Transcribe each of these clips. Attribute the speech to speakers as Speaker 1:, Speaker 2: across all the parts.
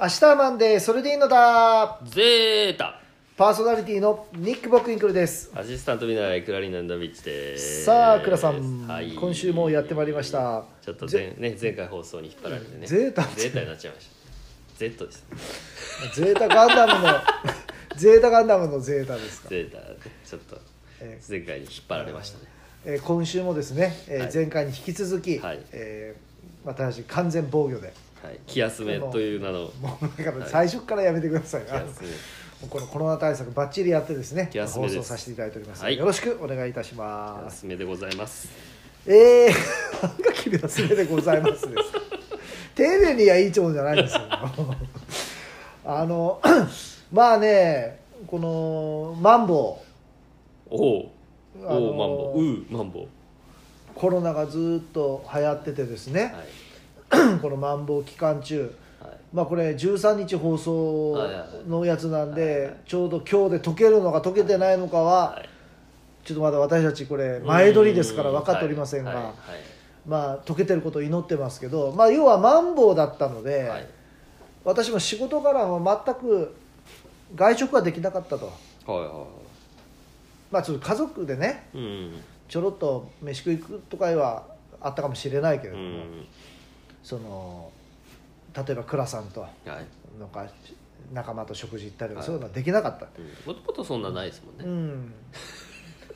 Speaker 1: 明日はマンデーそれでいいのだ
Speaker 2: ゼータ
Speaker 1: パーソナリティのニック・ボクインクルです
Speaker 2: アシスタント見ないクラリナンダビッチです
Speaker 1: さあ倉さん、
Speaker 2: はい
Speaker 1: 今週もやってまいりました
Speaker 2: ちょっと前,、ね、前回放送に引っ張られてね
Speaker 1: ゼータ
Speaker 2: ゼータになっちゃいました Z です
Speaker 1: ゼータガンダムの ゼータガンダムのゼータですか、
Speaker 2: ゼータちょっと
Speaker 1: えー
Speaker 2: 前回に引っ張られましたね
Speaker 1: えー今週もですね、えー
Speaker 2: はい
Speaker 1: 前回に引き続き、
Speaker 2: はい
Speaker 1: えー私完全防御で
Speaker 2: はい気休めという名の
Speaker 1: もうだから最初からやめてください、
Speaker 2: 気
Speaker 1: あのも
Speaker 2: 休め
Speaker 1: うこのコロナ対策ばっちりやってですね
Speaker 2: 気休め
Speaker 1: 放
Speaker 2: です
Speaker 1: 送させていただいております、
Speaker 2: はい
Speaker 1: よろしくお願いいたし
Speaker 2: 気
Speaker 1: ます
Speaker 2: 休めでございます
Speaker 1: えー、なんか君はすべてございますです。丁寧にはいいちもんじゃないですよ。 あの、 まあね、このマンボ
Speaker 2: おう
Speaker 1: ウ、あ
Speaker 2: おうマンボウう
Speaker 1: の
Speaker 2: ーマンボウ
Speaker 1: コロナがずっと流行っててです
Speaker 2: はい
Speaker 1: ね、 このマンボウ期間中、
Speaker 2: はい
Speaker 1: まあこれ13日放送
Speaker 2: はいはいはい
Speaker 1: のやつなん
Speaker 2: はいは
Speaker 1: で
Speaker 2: い、
Speaker 1: ちょうど今日で解けるのか解けてないのかは
Speaker 2: は、い
Speaker 1: ちょっとまだ私たちこれ前撮りですから分かっておりません
Speaker 2: はいは
Speaker 1: が、まあ解けてることを祈ってますけど、まあ要はマンボウだったの
Speaker 2: い
Speaker 1: で、
Speaker 2: はい
Speaker 1: 私も仕事からは全く外食はできなかったと、
Speaker 2: はいは
Speaker 1: まあ、ちょっと家族でね
Speaker 2: いうん
Speaker 1: ちょろっと飯食い行くとかはあったかもしれないけれ
Speaker 2: う
Speaker 1: ども、
Speaker 2: ん
Speaker 1: その例えば倉さんと
Speaker 2: はい
Speaker 1: なんか仲間と食事行ったりとか
Speaker 2: はい
Speaker 1: そういうのはできなかった、
Speaker 2: もともとそんなないですもんね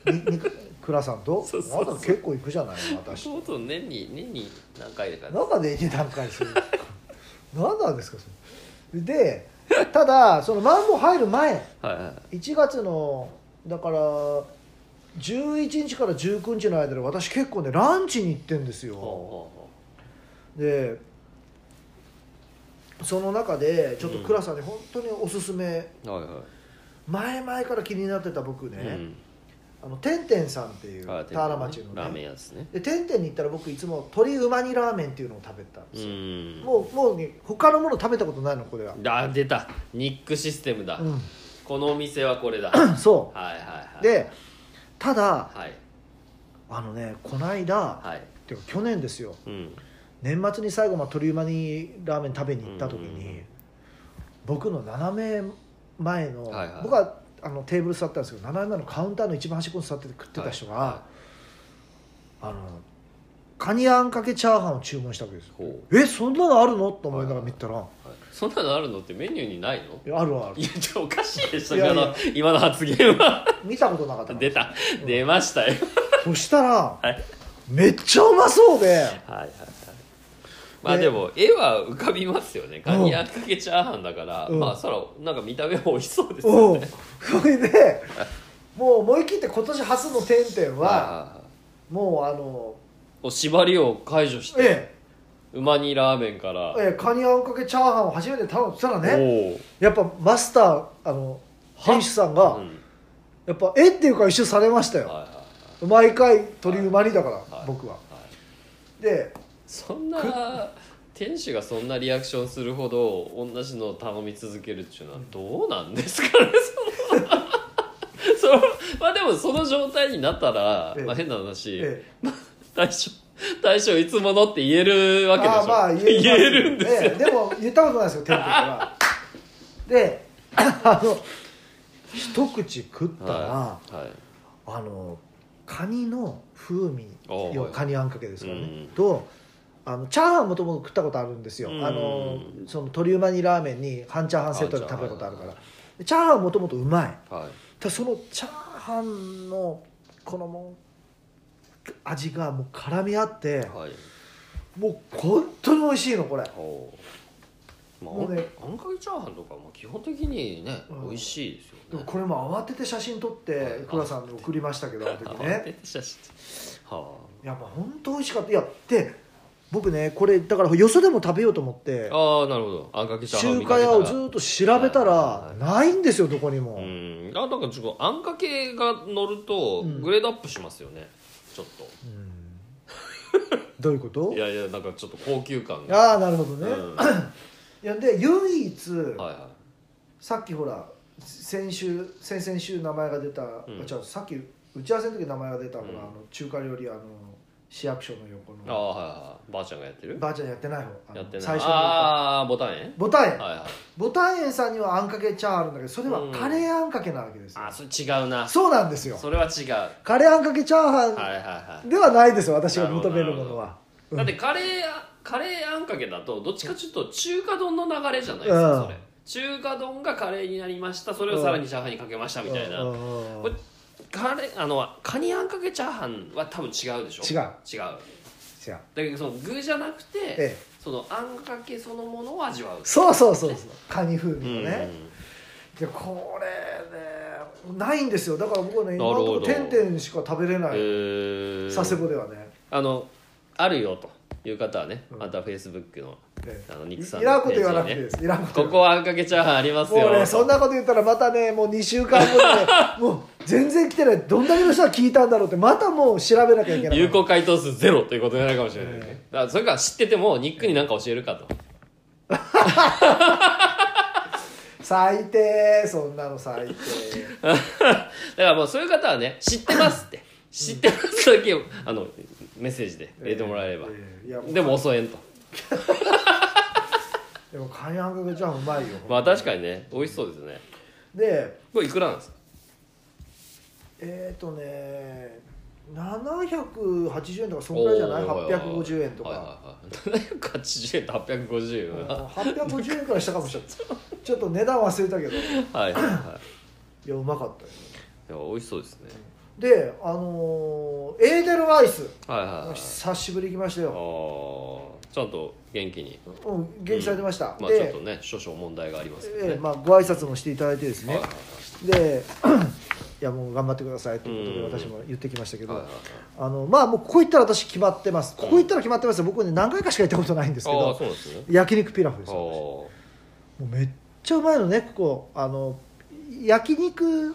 Speaker 1: うんにに 倉さんと
Speaker 2: そうそうそう
Speaker 1: あなた結構行くじゃないの
Speaker 2: もと
Speaker 1: 私
Speaker 2: もと年に年に何回だから
Speaker 1: なんかね2段階する 何なんですかそれでただそのマンボウ入る前
Speaker 2: はいはい
Speaker 1: 1月のだから11日から19日の間で私結構ねランチに行ってんですよ
Speaker 2: ほ
Speaker 1: でその中でちょっと倉さんに本当におすすめ、
Speaker 2: うほうほうはいは
Speaker 1: 前々から気になってた僕ね、
Speaker 2: い、うん
Speaker 1: あのてんてんさんっていう
Speaker 2: あ
Speaker 1: 田
Speaker 2: ー
Speaker 1: 原町のね
Speaker 2: ラーメン屋ですね
Speaker 1: でてんてんに行ったら僕いつも鶏うま煮ラーメンっていうのを食べてたんで
Speaker 2: う
Speaker 1: すよ、
Speaker 2: ん
Speaker 1: もうもうね他のもの食べたことないのこれは、
Speaker 2: あ出たニックシステムだ、
Speaker 1: う
Speaker 2: このお店はこれだ
Speaker 1: ん、そ
Speaker 2: はいはいは
Speaker 1: う
Speaker 2: い
Speaker 1: でただ
Speaker 2: はい
Speaker 1: あのねこの間
Speaker 2: はい
Speaker 1: っていうか去年ですよ
Speaker 2: うん
Speaker 1: 年末に最後まあ鳥馬にラーメン食べに行った時
Speaker 2: うんうんう
Speaker 1: に
Speaker 2: ん
Speaker 1: 僕の斜め前の、
Speaker 2: はいはい
Speaker 1: 僕はあのテーブル座ってたんですけど斜め前のカウンターの一番端っこに座ってて食ってた人が、
Speaker 2: は
Speaker 1: あのカニあんかけチャーハンを注文したわけですよ
Speaker 2: ほう
Speaker 1: えそんなのあるのと思いながら見たら、
Speaker 2: いはいそんなのあるのってメニューにないの
Speaker 1: いやあるある
Speaker 2: いやちょおかしいでしょ
Speaker 1: いやいや
Speaker 2: 今の今の発言は
Speaker 1: 見たことなかった
Speaker 2: 出た出ましたよ
Speaker 1: そしたら、
Speaker 2: はい
Speaker 1: めっちゃうまそうで
Speaker 2: はいはいはいまあでも絵は浮かびますよねカニあんかけチャーハンだから、
Speaker 1: うん
Speaker 2: まあそらなんか見た目も美味しそうですよ
Speaker 1: う
Speaker 2: ね
Speaker 1: んそれでもう思い切って今年初の「てんてん」は
Speaker 2: は
Speaker 1: もうあの
Speaker 2: お縛りを解除して、
Speaker 1: ええ
Speaker 2: うま煮ラーメンから、
Speaker 1: えーカニあんかけチャーハンを初めて頼んでたらね
Speaker 2: ね
Speaker 1: やっぱマスターあの店主さん
Speaker 2: お
Speaker 1: が、
Speaker 2: お、うん、
Speaker 1: やっぱえっていうか一緒されました
Speaker 2: はい
Speaker 1: よ、
Speaker 2: はいは
Speaker 1: 毎回鶏うまりだから、
Speaker 2: いはい
Speaker 1: 僕はいで
Speaker 2: そんな店主がそんなリアクションするほど同じのを頼み続けるっていうのはどうなんですかね そのそのまあでもその状態になったら、
Speaker 1: ええ
Speaker 2: まあ、変な話、
Speaker 1: え
Speaker 2: 大将大将いつものって言えるわけでしょ
Speaker 1: あーまあ
Speaker 2: 言
Speaker 1: 言え
Speaker 2: えるんですよ、
Speaker 1: ええでも言ったことないですよ天ぷらはであの一口食ったら、
Speaker 2: はい、はい、
Speaker 1: あのカニの風味
Speaker 2: おう
Speaker 1: 要は
Speaker 2: はい
Speaker 1: カニあんかけですからね、
Speaker 2: うん
Speaker 1: とあのチャーハンもともと食ったことあるんですよ、
Speaker 2: うん
Speaker 1: あのその鶏うま煮ラーメンに半チャーハンセットで食べたことあるか
Speaker 2: はい
Speaker 1: ら
Speaker 2: はい
Speaker 1: でチャーハンもともとうまい
Speaker 2: はい、
Speaker 1: ただそのチャーハンのこのもう味がもう絡み合って、
Speaker 2: はい
Speaker 1: もう本当に美味しいのこれ
Speaker 2: ほうまあ、
Speaker 1: もうね
Speaker 2: あんかけチャーハンとかも基本的にね、
Speaker 1: うん
Speaker 2: 美味しいです
Speaker 1: で
Speaker 2: よ
Speaker 1: も
Speaker 2: ね
Speaker 1: これも慌てて写真撮っ
Speaker 2: はい
Speaker 1: て倉さんに送りましたけどあの時
Speaker 2: あ
Speaker 1: ね
Speaker 2: 出てきたしはい
Speaker 1: やまあ本当美味しかったいやで僕ねこれだからよそでも食べようと思って
Speaker 2: あああなるほどあんかけチャーハン
Speaker 1: 中
Speaker 2: 見か
Speaker 1: 華
Speaker 2: けた
Speaker 1: 屋
Speaker 2: ら
Speaker 1: をずっと調べた
Speaker 2: は
Speaker 1: ら
Speaker 2: い
Speaker 1: ないん ですよどこにも、
Speaker 2: うんあなんかちょっとあんかけが乗ると
Speaker 1: うん
Speaker 2: グレードアップしますよね、ちょっと
Speaker 1: うんどういうこと
Speaker 2: いやいやなんかちょっと高級感が
Speaker 1: ああなるほどね、
Speaker 2: うん、
Speaker 1: いやで唯一、
Speaker 2: はいは
Speaker 1: さっきほら先週先々週名前が出た、
Speaker 2: ん
Speaker 1: あ違うさっき打ち合わせの時名前が出たほら、
Speaker 2: うん
Speaker 1: あの中華料理あの市役所の横
Speaker 2: いあ
Speaker 1: の
Speaker 2: あはばあちゃんがやってる
Speaker 1: ばあちゃんやってない方あの
Speaker 2: やってない
Speaker 1: 最初の方
Speaker 2: ああボタン園
Speaker 1: ボタン園、
Speaker 2: はいはい
Speaker 1: ボタン園さんにはあんかけチャーあるんだけどそれはカレーあんかけなわけですよ、
Speaker 2: あそれ違うなそ
Speaker 1: そうなんですよ
Speaker 2: れは違うは
Speaker 1: カレーあんかけチャー
Speaker 2: いは
Speaker 1: ハ
Speaker 2: いは
Speaker 1: ンではないですよ私が求めるものは、
Speaker 2: いだってカレーカレーあんかけだとどっちかちょっと中華丼の流れじゃないですか、
Speaker 1: うん
Speaker 2: それ中華丼がカレーになりましたそれをさらにチャーハンにかけましたみたいな、
Speaker 1: うんうんうん
Speaker 2: これカレーあのカニあんかけチャーハンは多分違うでしょ
Speaker 1: 違う
Speaker 2: 違うだ
Speaker 1: 違う
Speaker 2: けどその具じゃなくて、
Speaker 1: ええ
Speaker 2: そのあんかけそのものを味わう
Speaker 1: そうそうそうそうカニ風味
Speaker 2: うん
Speaker 1: のね、でこれねないんですよだから僕はね今のところ
Speaker 2: なる
Speaker 1: 点
Speaker 2: ほど
Speaker 1: 々しか食べれない、
Speaker 2: えー
Speaker 1: 佐世保ではね、
Speaker 2: あのあるよという方はね、
Speaker 1: うん
Speaker 2: またフェイスブックの
Speaker 1: え
Speaker 2: あの
Speaker 1: え
Speaker 2: 肉さん
Speaker 1: い
Speaker 2: の
Speaker 1: らんこと言わなくていいですいらんこと
Speaker 2: こ
Speaker 1: 言
Speaker 2: こ
Speaker 1: わなくて
Speaker 2: はあんかけチャーハンありますよ
Speaker 1: もうねそんなこと言ったらまたねもう2週間後で、ね、もう全然来てないどんだけの人は聞いたんだろうってまたもう調べなきゃいけない
Speaker 2: 有効回答数ゼロということになるかもしれないね、
Speaker 1: え
Speaker 2: だからそれから知っててもニックに何か教えるかと
Speaker 1: 最低そんなの最低
Speaker 2: だからもうそういう方はね知ってますって知ってますだけをあのメッセージで入れてもらえれば、
Speaker 1: ええいやもう
Speaker 2: でも遅えんと
Speaker 1: でもカニあんかけちゃんうまいよ
Speaker 2: まあ確かにね美味しそうですね
Speaker 1: で
Speaker 2: これいくらなんですか
Speaker 1: えっ、ー、とね780円とかそんぐらいじゃない850円とか、
Speaker 2: はいはい はい、780円と850円は
Speaker 1: 850円からしたかもしれ ないちょっと値段忘れたけどい
Speaker 2: はいはいは
Speaker 1: やうまかったよ
Speaker 2: いいや美味しそうですね
Speaker 1: であのーエーデルワイス
Speaker 2: はいはいはい
Speaker 1: 久しぶりに来ました
Speaker 2: あ
Speaker 1: よ、
Speaker 2: ーちゃんと元気に、
Speaker 1: うん、元気されてました、
Speaker 2: まあ、ちょっ
Speaker 1: で
Speaker 2: と、ね少々問題がありますけど
Speaker 1: え
Speaker 2: ね、
Speaker 1: えまあ、ご挨拶もしていただいてですね、
Speaker 2: はいはいはい
Speaker 1: で いやもう頑張ってくださいということで私
Speaker 2: うん
Speaker 1: も言ってきましたけど、
Speaker 2: はいはいはい
Speaker 1: あのまあもうここ行ったら私決まってますここ行ったら決まってますよ僕ね何回かしか行ったことないんですけ
Speaker 2: ああ
Speaker 1: ど
Speaker 2: そうなんですね
Speaker 1: 焼肉ピラフです
Speaker 2: あ
Speaker 1: よもうめっちゃうまいのねここあの焼肉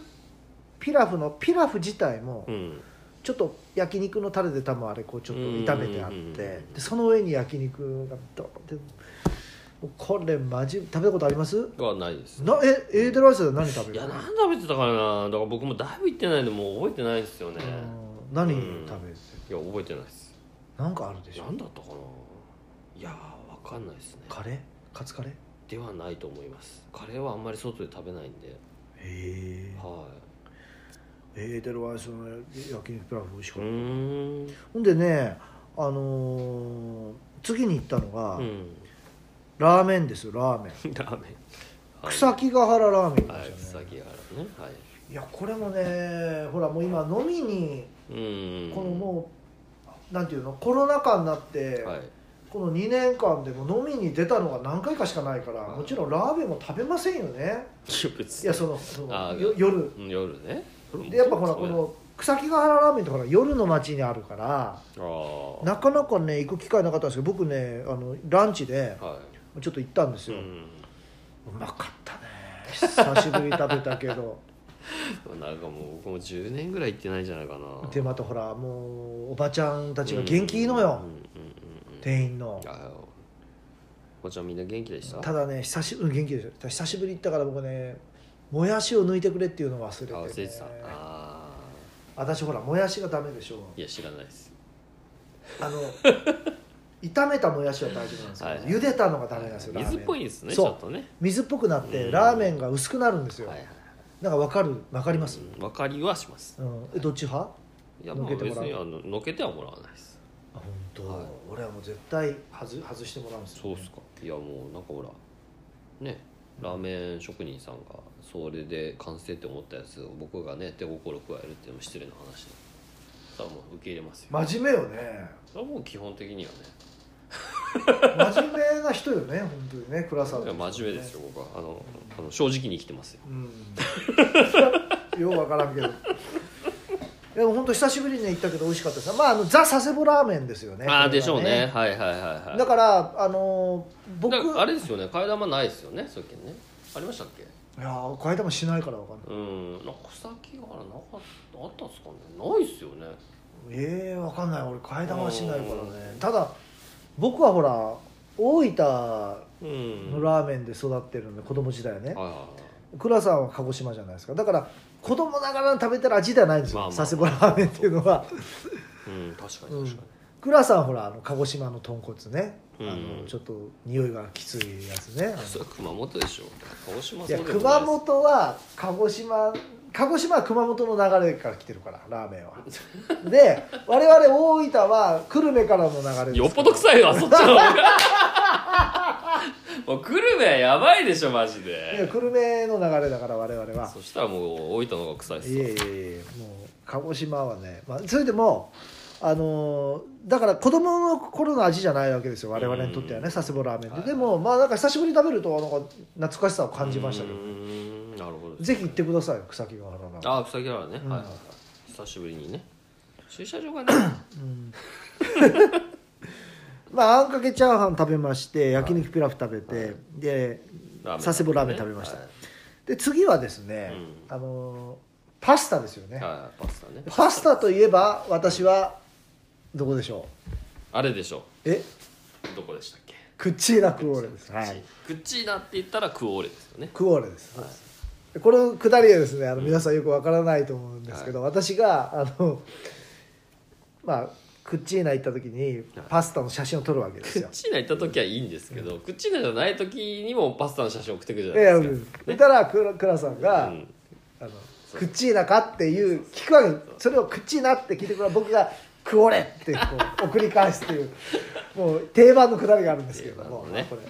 Speaker 1: ピラフのピラフ自体も
Speaker 2: あうん
Speaker 1: ちょっと焼肉のタレで多分あれこうちょっと炒めてあっ
Speaker 2: うんうんうんうん
Speaker 1: てでその上に焼肉がドーンってもうこれマジ食べたことあります
Speaker 2: はないです
Speaker 1: なえエーデルワイスで何食
Speaker 2: い
Speaker 1: べ
Speaker 2: や
Speaker 1: るの
Speaker 2: 何食べてたかなだから僕もだいぶ行ってないんでもう覚えてないですよね
Speaker 1: うん何食べて
Speaker 2: いや覚えてないです
Speaker 1: なんかあるでしょ
Speaker 2: 何だったかないやーわかんないですね
Speaker 1: カレーカツカレーへ
Speaker 2: ではないと思いますカレーはあんまり外で食べないんで
Speaker 1: え
Speaker 2: は
Speaker 1: エーデルワイスの焼肉ピラフ美味し
Speaker 2: い
Speaker 1: か
Speaker 2: う
Speaker 1: っ
Speaker 2: ー
Speaker 1: た、
Speaker 2: ん
Speaker 1: ほんでねあのー次に行ったのが、
Speaker 2: うん
Speaker 1: ラーメンですよラーメン
Speaker 2: ラーメンはい
Speaker 1: 草木ヶ原ラーメン
Speaker 2: はい
Speaker 1: ですよ
Speaker 2: 草
Speaker 1: ね、
Speaker 2: 木原ねはい
Speaker 1: いやこれもねほらもう今飲みに
Speaker 2: うん
Speaker 1: このもうなんていうのコロナ禍になって、
Speaker 2: はい
Speaker 1: この2年間でも飲みに出たのが何回かしかないから
Speaker 2: はい
Speaker 1: もちろんラーメンも食べませんよねいやそのそ
Speaker 2: あ
Speaker 1: の
Speaker 2: ー
Speaker 1: よ夜
Speaker 2: うん夜ね
Speaker 1: でやっぱほらこの草木ヶ原ラーメンってほら夜の街にあるから
Speaker 2: の
Speaker 1: なかなかね行く機会なかったんですけど僕ねあのランチで
Speaker 2: ああは
Speaker 1: ちょっと行ったんです
Speaker 2: い、
Speaker 1: よ、
Speaker 2: う、
Speaker 1: うんまかったね久しぶりに食べたけ ど
Speaker 2: なんかもう僕も10年ぐらい行ってないんじゃないかな
Speaker 1: でまたほらもうおばちゃんたちが元気いいのよ、
Speaker 2: うんうんうんうん
Speaker 1: 店員の
Speaker 2: あおちゃんみんな元気でした
Speaker 1: ただね久しぶり元気ですよ久しぶり行ったから僕ねもやしを抜いてくれっていうのを忘れて,、
Speaker 2: あ
Speaker 1: ね、
Speaker 2: 忘れてたあ
Speaker 1: 私ほらもやしがダメでしょ
Speaker 2: ーいや知らないです
Speaker 1: あの 炒めたもやしは大丈夫なんですけど、
Speaker 2: はいはい
Speaker 1: 茹でたのがダメなんですよラーメン
Speaker 2: 水っぽいですねち
Speaker 1: そう
Speaker 2: ょっとね
Speaker 1: 水っぽくなって、
Speaker 2: うん
Speaker 1: ラーメンが薄くなるんですよ、
Speaker 2: はいはい
Speaker 1: なんかわかるわかります、
Speaker 2: うんわかりはします
Speaker 1: うんえどっち派
Speaker 2: いやまあ
Speaker 1: のけ
Speaker 2: 別
Speaker 1: てもらう
Speaker 2: にあののけてはもらわないです
Speaker 1: あ本当、
Speaker 2: はい
Speaker 1: 俺はもう絶対外外してもらうんですよ
Speaker 2: そうっすかいやもうなんかほらねラーメン職人さんがそれで完成って思ったやつを僕がね手心加えるっていうのも失礼な話でだからもう受け入れますよ
Speaker 1: 真面目よね
Speaker 2: それはもう基本的にはね
Speaker 1: 真面目な人よね本当にね倉さん
Speaker 2: いや真面目ですよ僕はあのあの正直に生きてますよ
Speaker 1: うんようわからんけどでも本当久しぶりにね行ったけど美味しかったですまああのザ・佐世保ラーメンですよね
Speaker 2: ああ
Speaker 1: これ
Speaker 2: で
Speaker 1: は
Speaker 2: しょうねはいはいはいはい
Speaker 1: だからあのー僕
Speaker 2: だ
Speaker 1: い
Speaker 2: からあれですよね替え玉ないですよねそういう件ねありましたっけ
Speaker 1: やー替え玉しないからわかんない
Speaker 2: うんなんか草木がなかったあったんですかねないですよね
Speaker 1: ええー、わかんない俺替え玉はしないから
Speaker 2: う
Speaker 1: ね
Speaker 2: ん
Speaker 1: ただ僕はほら大分の
Speaker 2: うん
Speaker 1: ラーメンで育ってるんで子供時代はね
Speaker 2: はいはいはい
Speaker 1: 倉さんは鹿児島じゃないですかだから子供ながら食べてる味ではないんですよ、
Speaker 2: まあまあ
Speaker 1: 佐世保ラーメンっていうのは
Speaker 2: うん確かに確かに、
Speaker 1: うん倉さんほらあの鹿児島の豚骨ね、あ
Speaker 2: うん
Speaker 1: のちょっと匂いがきついやつねあの
Speaker 2: それ熊本でしょ鹿児島
Speaker 1: いや
Speaker 2: そうでもな
Speaker 1: 熊本は鹿児島鹿児島は熊本の流れから来てるからラー メンはで我々大分は久留米からの流れですから
Speaker 2: いよっぽど臭いわそっちの方が もう久留米やばいでしょマジ
Speaker 1: いや
Speaker 2: で
Speaker 1: 久留米の流れだから我々は
Speaker 2: そしたらもう大分の方が臭いっす
Speaker 1: いえいえいえもう鹿児島はね、まあ、それでもあのーだから子供の頃の味じゃないわけですよ我々にとっては
Speaker 2: う
Speaker 1: ね
Speaker 2: ん
Speaker 1: 佐世保ラーメンって、
Speaker 2: はい
Speaker 1: でもまあなんか久しぶりに食べるとなんか懐かしさを感じましたけ
Speaker 2: う
Speaker 1: ど
Speaker 2: ーんなるほどです
Speaker 1: ぜひ行ってくださいよ草木ヶ原なんか
Speaker 2: ああ草木原ね、
Speaker 1: うん
Speaker 2: はいはいはい久しぶりにね駐車 場がね
Speaker 1: うん、まああんかけチャーハン食べまして焼肉ピラフ食べて、で
Speaker 2: ラーメン
Speaker 1: 佐世保ラーメン食べました、
Speaker 2: はい
Speaker 1: で次はですね、
Speaker 2: う
Speaker 1: あのーパスタですよね、
Speaker 2: はいパスタね
Speaker 1: パスタといえば私はどこでしょう
Speaker 2: あれでしょ
Speaker 1: え
Speaker 2: どこでしたっけ
Speaker 1: クッチーナクオーレです、
Speaker 2: クッチークッチーナって言ったらクオーレですよね
Speaker 1: クオーレです、このくだりはですねあの皆さんよくわからないと思うんですけど、私があのまあクッチーナ行った時にパスタの写真を撮るわけで
Speaker 2: ク
Speaker 1: す よ
Speaker 2: ッチーナ行った時はいいんですけど、クッチーナじゃない時にもパスタの写真送ってくるじゃ
Speaker 1: いや
Speaker 2: ない
Speaker 1: い
Speaker 2: で
Speaker 1: や
Speaker 2: すか、
Speaker 1: そしたらクラクラさんが、
Speaker 2: うん
Speaker 1: あの「クッチーナか?」っていう聞くわけそれを「クッチーナ」って聞いてくれ僕が「クオレ」ってこう送り返すっていうもう定番のくだりがあるんですけども、
Speaker 2: 定番のね
Speaker 1: これ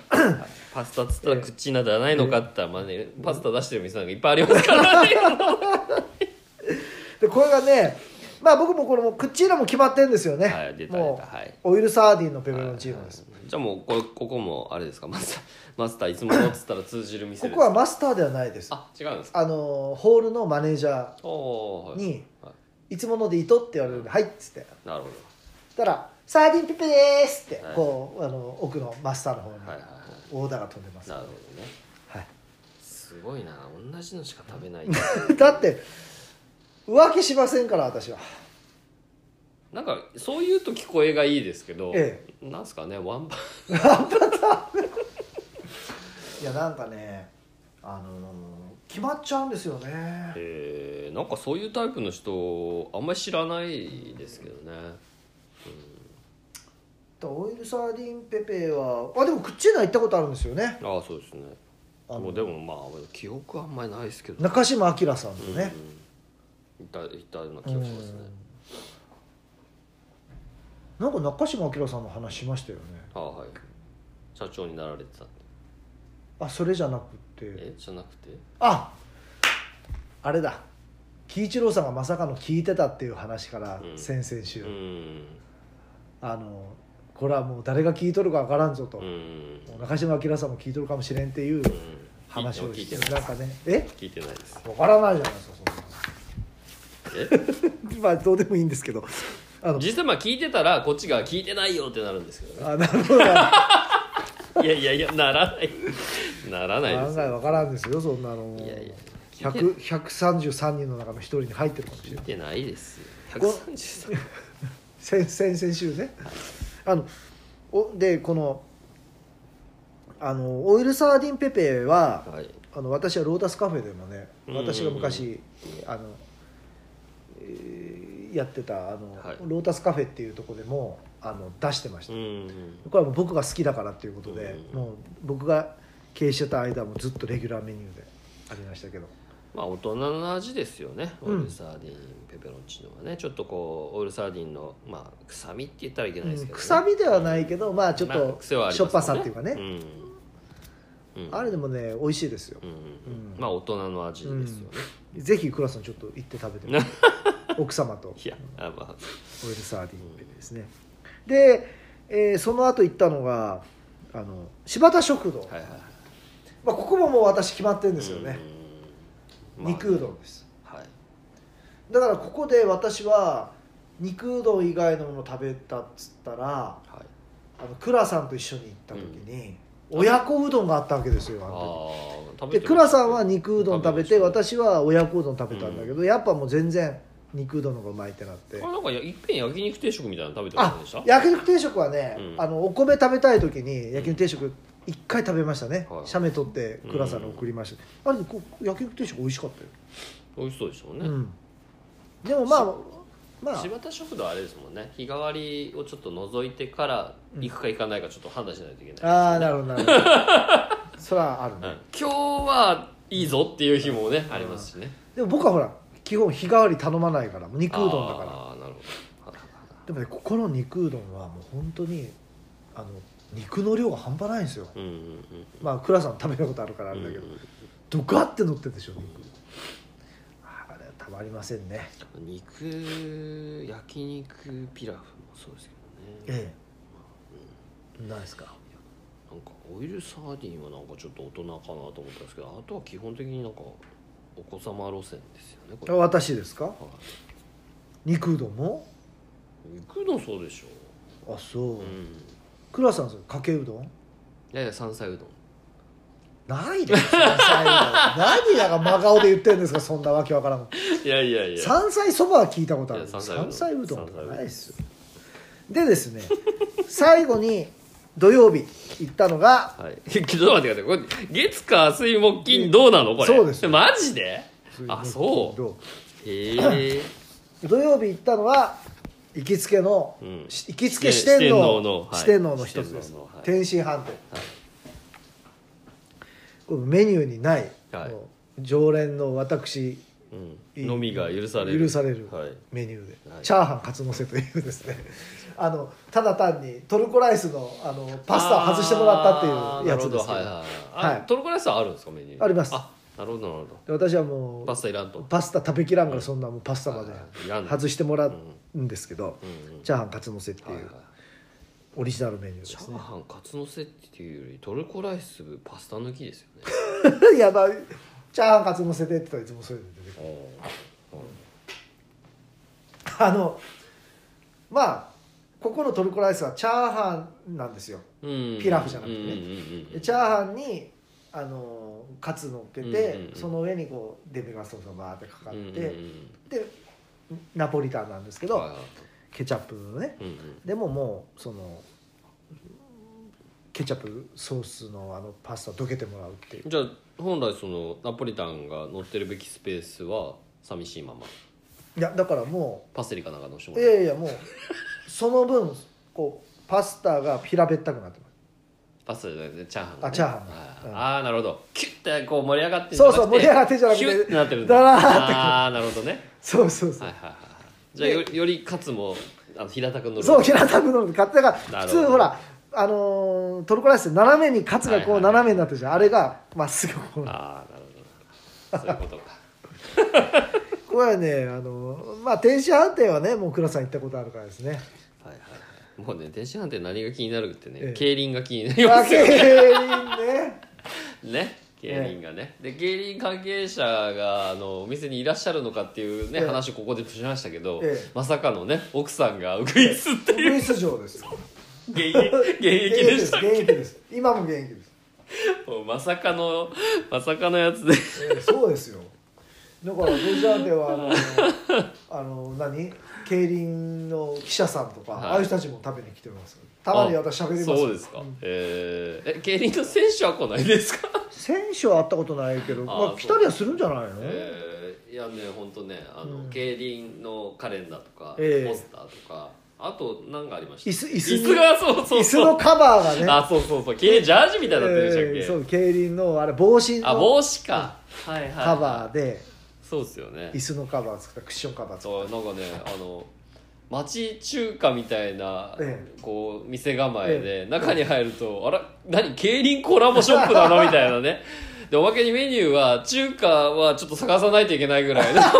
Speaker 2: パスタっつったらクッチーナじゃないのかって言ったら、まあね、パスタ出してる店なんかいっぱいありますからね
Speaker 1: でこれがねまあ僕もこれもクッチーナも決まってんですよね、
Speaker 2: はい出た
Speaker 1: も
Speaker 2: 出たはいう
Speaker 1: オイルサーディンのペペロンチーノです、
Speaker 2: じゃあもうこれここもあれですかマスターマスターいつものっつったら通じる店です
Speaker 1: ここはマスターではないですあ
Speaker 2: あ違うんですか
Speaker 1: のホールのマネージャー
Speaker 2: おおー、はい
Speaker 1: に
Speaker 2: は
Speaker 1: 「
Speaker 2: い
Speaker 1: いつものでいと」って言われるんで「はい」っつって
Speaker 2: なるほ
Speaker 1: たら「サーディンペペでーす」って
Speaker 2: はい
Speaker 1: こうあの奥のマスターの方に
Speaker 2: はいはいはい
Speaker 1: オーダーが飛んでます、
Speaker 2: どな
Speaker 1: は
Speaker 2: るほどね
Speaker 1: い
Speaker 2: すごいな同じのしか食べない
Speaker 1: だって浮気しませんから私は
Speaker 2: なんかそういうと聞こえがいいですけど、
Speaker 1: え
Speaker 2: なんすかねワンパン
Speaker 1: いやなんかねあのー決まっちゃうんですよね
Speaker 2: えー、なんかそういうタイプの人あんまり知らないですけどね
Speaker 1: オイルサーディンペペはあでもクッチーナ行ったことあるんですよね
Speaker 2: ああそうですね
Speaker 1: あの
Speaker 2: もうでもまあ記憶はあんまりないですけど
Speaker 1: 中島明さんのね、
Speaker 2: うん、いたいたような気がしますね
Speaker 1: うんなんか中島明さんの話しましたよね
Speaker 2: ああはい社長になられてたって
Speaker 1: あそれじゃなくて
Speaker 2: えじゃなくて
Speaker 1: ああれだ喜一郎さんがまさかの聞いてたっていう話から、
Speaker 2: うん
Speaker 1: 先々週、
Speaker 2: うん
Speaker 1: あのこれはもう誰が聞いとるかわからんぞと、
Speaker 2: うんうん
Speaker 1: 中島明さんも聞いとるかもしれんっていう話を
Speaker 2: 聞い
Speaker 1: して
Speaker 2: てない
Speaker 1: なんかねえ
Speaker 2: 聞いてないです
Speaker 1: わからないじゃないですか
Speaker 2: え
Speaker 1: そんな まあどうでもいいんですけどあの
Speaker 2: 実際まあ聞いてたらこっちが聞いてないよってなるんですけどね
Speaker 1: あなるほど案
Speaker 2: いやいやいやならない ならないです
Speaker 1: 外わからんですよそんなの
Speaker 2: いやいや
Speaker 1: 100 133人の中の一人に入ってるかもしれ
Speaker 2: 聞
Speaker 1: ないい
Speaker 2: てないですよ
Speaker 1: ご
Speaker 2: 133
Speaker 1: 先先々週ねあのおでこのあのオイルサーディンペペは
Speaker 2: はい
Speaker 1: あの私はロータスカフェでもね
Speaker 2: うんうんうん
Speaker 1: 私が昔あの、えーやってたあの、
Speaker 2: はい
Speaker 1: ロータスカフェっていうところでもあの出してまし
Speaker 2: う
Speaker 1: た、
Speaker 2: ん
Speaker 1: これはもう僕が好きだからっていうことで、
Speaker 2: うん
Speaker 1: もう僕が経営してた間もずっとレギュラーメニューでありましたけど
Speaker 2: まあ大人の味ですよねオ
Speaker 1: う
Speaker 2: イ
Speaker 1: ん
Speaker 2: ルサーディンペペロンチーノはねちょっとこうオイルサーディンのまあ臭みって言ったらいけないですけど、ね
Speaker 1: うん臭みではないけどまあちょっ
Speaker 2: まあ
Speaker 1: と
Speaker 2: 癖はあります
Speaker 1: しょっぱさっていうかね,、
Speaker 2: うんうん
Speaker 1: あれでもね美味しいですよ
Speaker 2: う、ん
Speaker 1: うん
Speaker 2: まあ大人の味ですよね、
Speaker 1: ぜひ倉さんちょっと行って食べてみ て奥様と
Speaker 2: いやあまあ
Speaker 1: オイルサーディンペペですね、で、えーその後行ったのがあの柴田食堂、
Speaker 2: はいはいはい
Speaker 1: まあ、ここももう私決まってるんですよね、
Speaker 2: うんまあ
Speaker 1: 肉うどんです
Speaker 2: はい
Speaker 1: だからここで私は肉うどん以外のもの食べたっつったら
Speaker 2: はい
Speaker 1: あの倉さんと一緒に行った時に、親子うどんがあったわけですよあ
Speaker 2: あ
Speaker 1: の
Speaker 2: ー食
Speaker 1: 時
Speaker 2: べ
Speaker 1: で
Speaker 2: て
Speaker 1: 倉さんは肉うどん食べて
Speaker 2: 食べてま
Speaker 1: 私は親子うどん食べたんだけど、やっぱもう全然肉うどんの方がうまいってなって
Speaker 2: あれなんかやいっぺん焼肉定食みたいなの食べてませ
Speaker 1: あ
Speaker 2: んでした
Speaker 1: 焼肉定食はね、
Speaker 2: うん
Speaker 1: あのお米食べたい時に焼肉定食一回食べましたね、
Speaker 2: はい
Speaker 1: 写メ取って倉さんに送りました、あれこう焼肉定食美味しかったよ
Speaker 2: 美味しそうでしたもんね、
Speaker 1: うん、でもまあまあ
Speaker 2: 柴田食堂あれですもんね日替わりをちょっと覗いてから行くか行かないかちょっと判断しないといけない、
Speaker 1: ああなるほどなるほ どそれはある
Speaker 2: う
Speaker 1: ね、
Speaker 2: ん今日はいいぞっていう日もね、ありますしね
Speaker 1: でも僕はほら基本日替わり頼まないからもう肉うどんだから
Speaker 2: ああなるほ ど
Speaker 1: でもねここの肉うどんはもう本当にあの肉の量が半端ないんですよ
Speaker 2: うんうんうん
Speaker 1: まあ倉さん食べたことあるからあれだけど、ドカって乗ってるでしょ肉あれはたまりませんね
Speaker 2: うん肉焼肉ピラフもそうですけどね
Speaker 1: ええないですか
Speaker 2: なんかオイルサーディンはなんかちょっと大人かなと思ったんですけどあとは基本的になんかお子様路線ですよねこれ、はい、
Speaker 1: 私ですか肉うどんも
Speaker 2: 肉うどんそうでしょ
Speaker 1: あそう、
Speaker 2: うん
Speaker 1: 倉さんそうかけうどん
Speaker 2: いやいや山菜うどん
Speaker 1: ないですよ山菜うどん 何だか真顔で言ってるんですかそんなわけわからん
Speaker 2: いやいやいや
Speaker 1: 山菜そばは聞いたことある
Speaker 2: いや山菜うど
Speaker 1: 山菜
Speaker 2: ん
Speaker 1: うどんはないですよでですね最後に土曜日行ったのが
Speaker 2: はい、 ちょっと待ってくださいこれ月火水木金どうなのこれ
Speaker 1: そうですよ
Speaker 2: マジであそうへえ
Speaker 1: 土曜日行ったのは行きつけの、
Speaker 2: うん
Speaker 1: し行きつけ四天王
Speaker 2: 四天王のはい
Speaker 1: 四天王の一つです、
Speaker 2: 四天王のはい
Speaker 1: 天津飯店、これメニューにない、
Speaker 2: はい
Speaker 1: もう常連の私
Speaker 2: うん、飲みが許される
Speaker 1: 許される
Speaker 2: はい、
Speaker 1: メニューで、
Speaker 2: はい
Speaker 1: チャーハンカツのせというですね あのただ単にトルコライスのあのパスタを外してもらったっていうやつですけど
Speaker 2: あーなるほどはいはいはい
Speaker 1: は
Speaker 2: あ
Speaker 1: い
Speaker 2: トルコライスはあるんですかメニュー
Speaker 1: あります
Speaker 2: あなるほどなるほ
Speaker 1: で私はも
Speaker 2: ど
Speaker 1: う
Speaker 2: パスタいらんと
Speaker 1: パスタ食べきらんからそんなもうパスタまで
Speaker 2: いらんの
Speaker 1: 外してもらうんですけど、
Speaker 2: うんうん
Speaker 1: チャーハンカツのせって
Speaker 2: はいいはいう
Speaker 1: オリジナルメニューで
Speaker 2: チャ
Speaker 1: す
Speaker 2: ー
Speaker 1: ね
Speaker 2: ハンカツのせっていうよりトルコライスパスタ抜きです よね
Speaker 1: いやまあチャーハンカツ乗せてって言ったらいつもそういうの出てくる
Speaker 2: おー
Speaker 1: あのまあここのトルコライスはチャーハンなんですよ
Speaker 2: うん
Speaker 1: ピラフじゃなくてね
Speaker 2: うんうんうんうん
Speaker 1: でチャーハンにあのカツ乗っけて、
Speaker 2: うんうんうん
Speaker 1: その上にこうデミグラスソースがバーってかかって、
Speaker 2: うんうん
Speaker 1: でナポリタンなんですけ
Speaker 2: うん
Speaker 1: ど、
Speaker 2: はいはい
Speaker 1: ケチャップのね
Speaker 2: うんうん
Speaker 1: でももうそのケチャップソースのあのパスタどけてもらうっていう
Speaker 2: じゃあ本来そのナポリタンが乗ってるべきスペースは寂しいまま
Speaker 1: いやだからもう
Speaker 2: パセリかなんか乗しても
Speaker 1: い
Speaker 2: らう
Speaker 1: やいやもうその分こうパスタが平べったくなってま
Speaker 2: パスタじゃなくてチャーハン、
Speaker 1: あチャーハン
Speaker 2: はい
Speaker 1: うん
Speaker 2: あーなるほどキュッてこう盛り上がってん
Speaker 1: す
Speaker 2: じゃ
Speaker 1: そう
Speaker 2: な
Speaker 1: そう盛
Speaker 2: くて
Speaker 1: り上がってんじゃなく
Speaker 2: キュッて
Speaker 1: て
Speaker 2: なってるん
Speaker 1: だらーって
Speaker 2: ああーなるほどね
Speaker 1: そうそうそう、
Speaker 2: はいはいはいじゃあよよりカツもあの平たく乗る
Speaker 1: そう平たくのカツだから
Speaker 2: な
Speaker 1: 普通
Speaker 2: るほど
Speaker 1: ほらあのートルコライスって斜めにカツがこ
Speaker 2: は
Speaker 1: う
Speaker 2: いはいはい
Speaker 1: 斜めになってるじゃん、あれがまっすぐこう
Speaker 2: ああなるほどそういうことか
Speaker 1: これはねあのーまあ天津飯店はねもう倉さん行ったことあるからですね
Speaker 2: はいはいはいもうね電子飯店何が気になるってね、
Speaker 1: ええ
Speaker 2: 競輪が気になり
Speaker 1: 家
Speaker 2: ますよ
Speaker 1: 計 ね
Speaker 2: ね競輪がね、で競輪関係者があのお店にいらっしゃるのかっていうね、
Speaker 1: ええ
Speaker 2: 話をここでしましたけど、
Speaker 1: ええ
Speaker 2: まさかのね奥さんがウグイスって
Speaker 1: ウグイス城です
Speaker 2: 現役現役でし
Speaker 1: 現
Speaker 2: た
Speaker 1: 役です今も現役です
Speaker 2: もうまさかのまさかのやつで
Speaker 1: えーそうですよだからブジャーでは あのあの何競輪の記者さんとか、
Speaker 2: はい
Speaker 1: ああいう人たちも食べに来てますたまに私喋ります
Speaker 2: そうですか、
Speaker 1: ん
Speaker 2: えーえ競輪の選手は来ないですか、
Speaker 1: 選手は会ったことないけど
Speaker 2: あー
Speaker 1: まあ、来たりはするんじゃないの、
Speaker 2: えーいやね本当ねあの、
Speaker 1: うん
Speaker 2: 競輪のカレンダーとか、
Speaker 1: ええ
Speaker 2: ポスターとかあと何がありました
Speaker 1: 椅子椅子に
Speaker 2: 椅子がそうそう
Speaker 1: 椅子
Speaker 2: そ
Speaker 1: の
Speaker 2: う
Speaker 1: カバーがね
Speaker 2: あそうそうそう競輪ジャージみたいになってるでしたっけ、
Speaker 1: えーそう競輪のあれ帽子
Speaker 2: あ
Speaker 1: の
Speaker 2: 帽子か、はいはい
Speaker 1: カバーで
Speaker 2: そうですよね
Speaker 1: 椅子のカバー作ったクッションカバー作っ
Speaker 2: そうなんかねあの町中華みたいな、
Speaker 1: え
Speaker 2: こう店構えで、
Speaker 1: え
Speaker 2: 中に入るとあら何競輪コラボショップだなみたいなねでおまけにメニューは中華はちょっと探さないといけないぐらいの
Speaker 1: た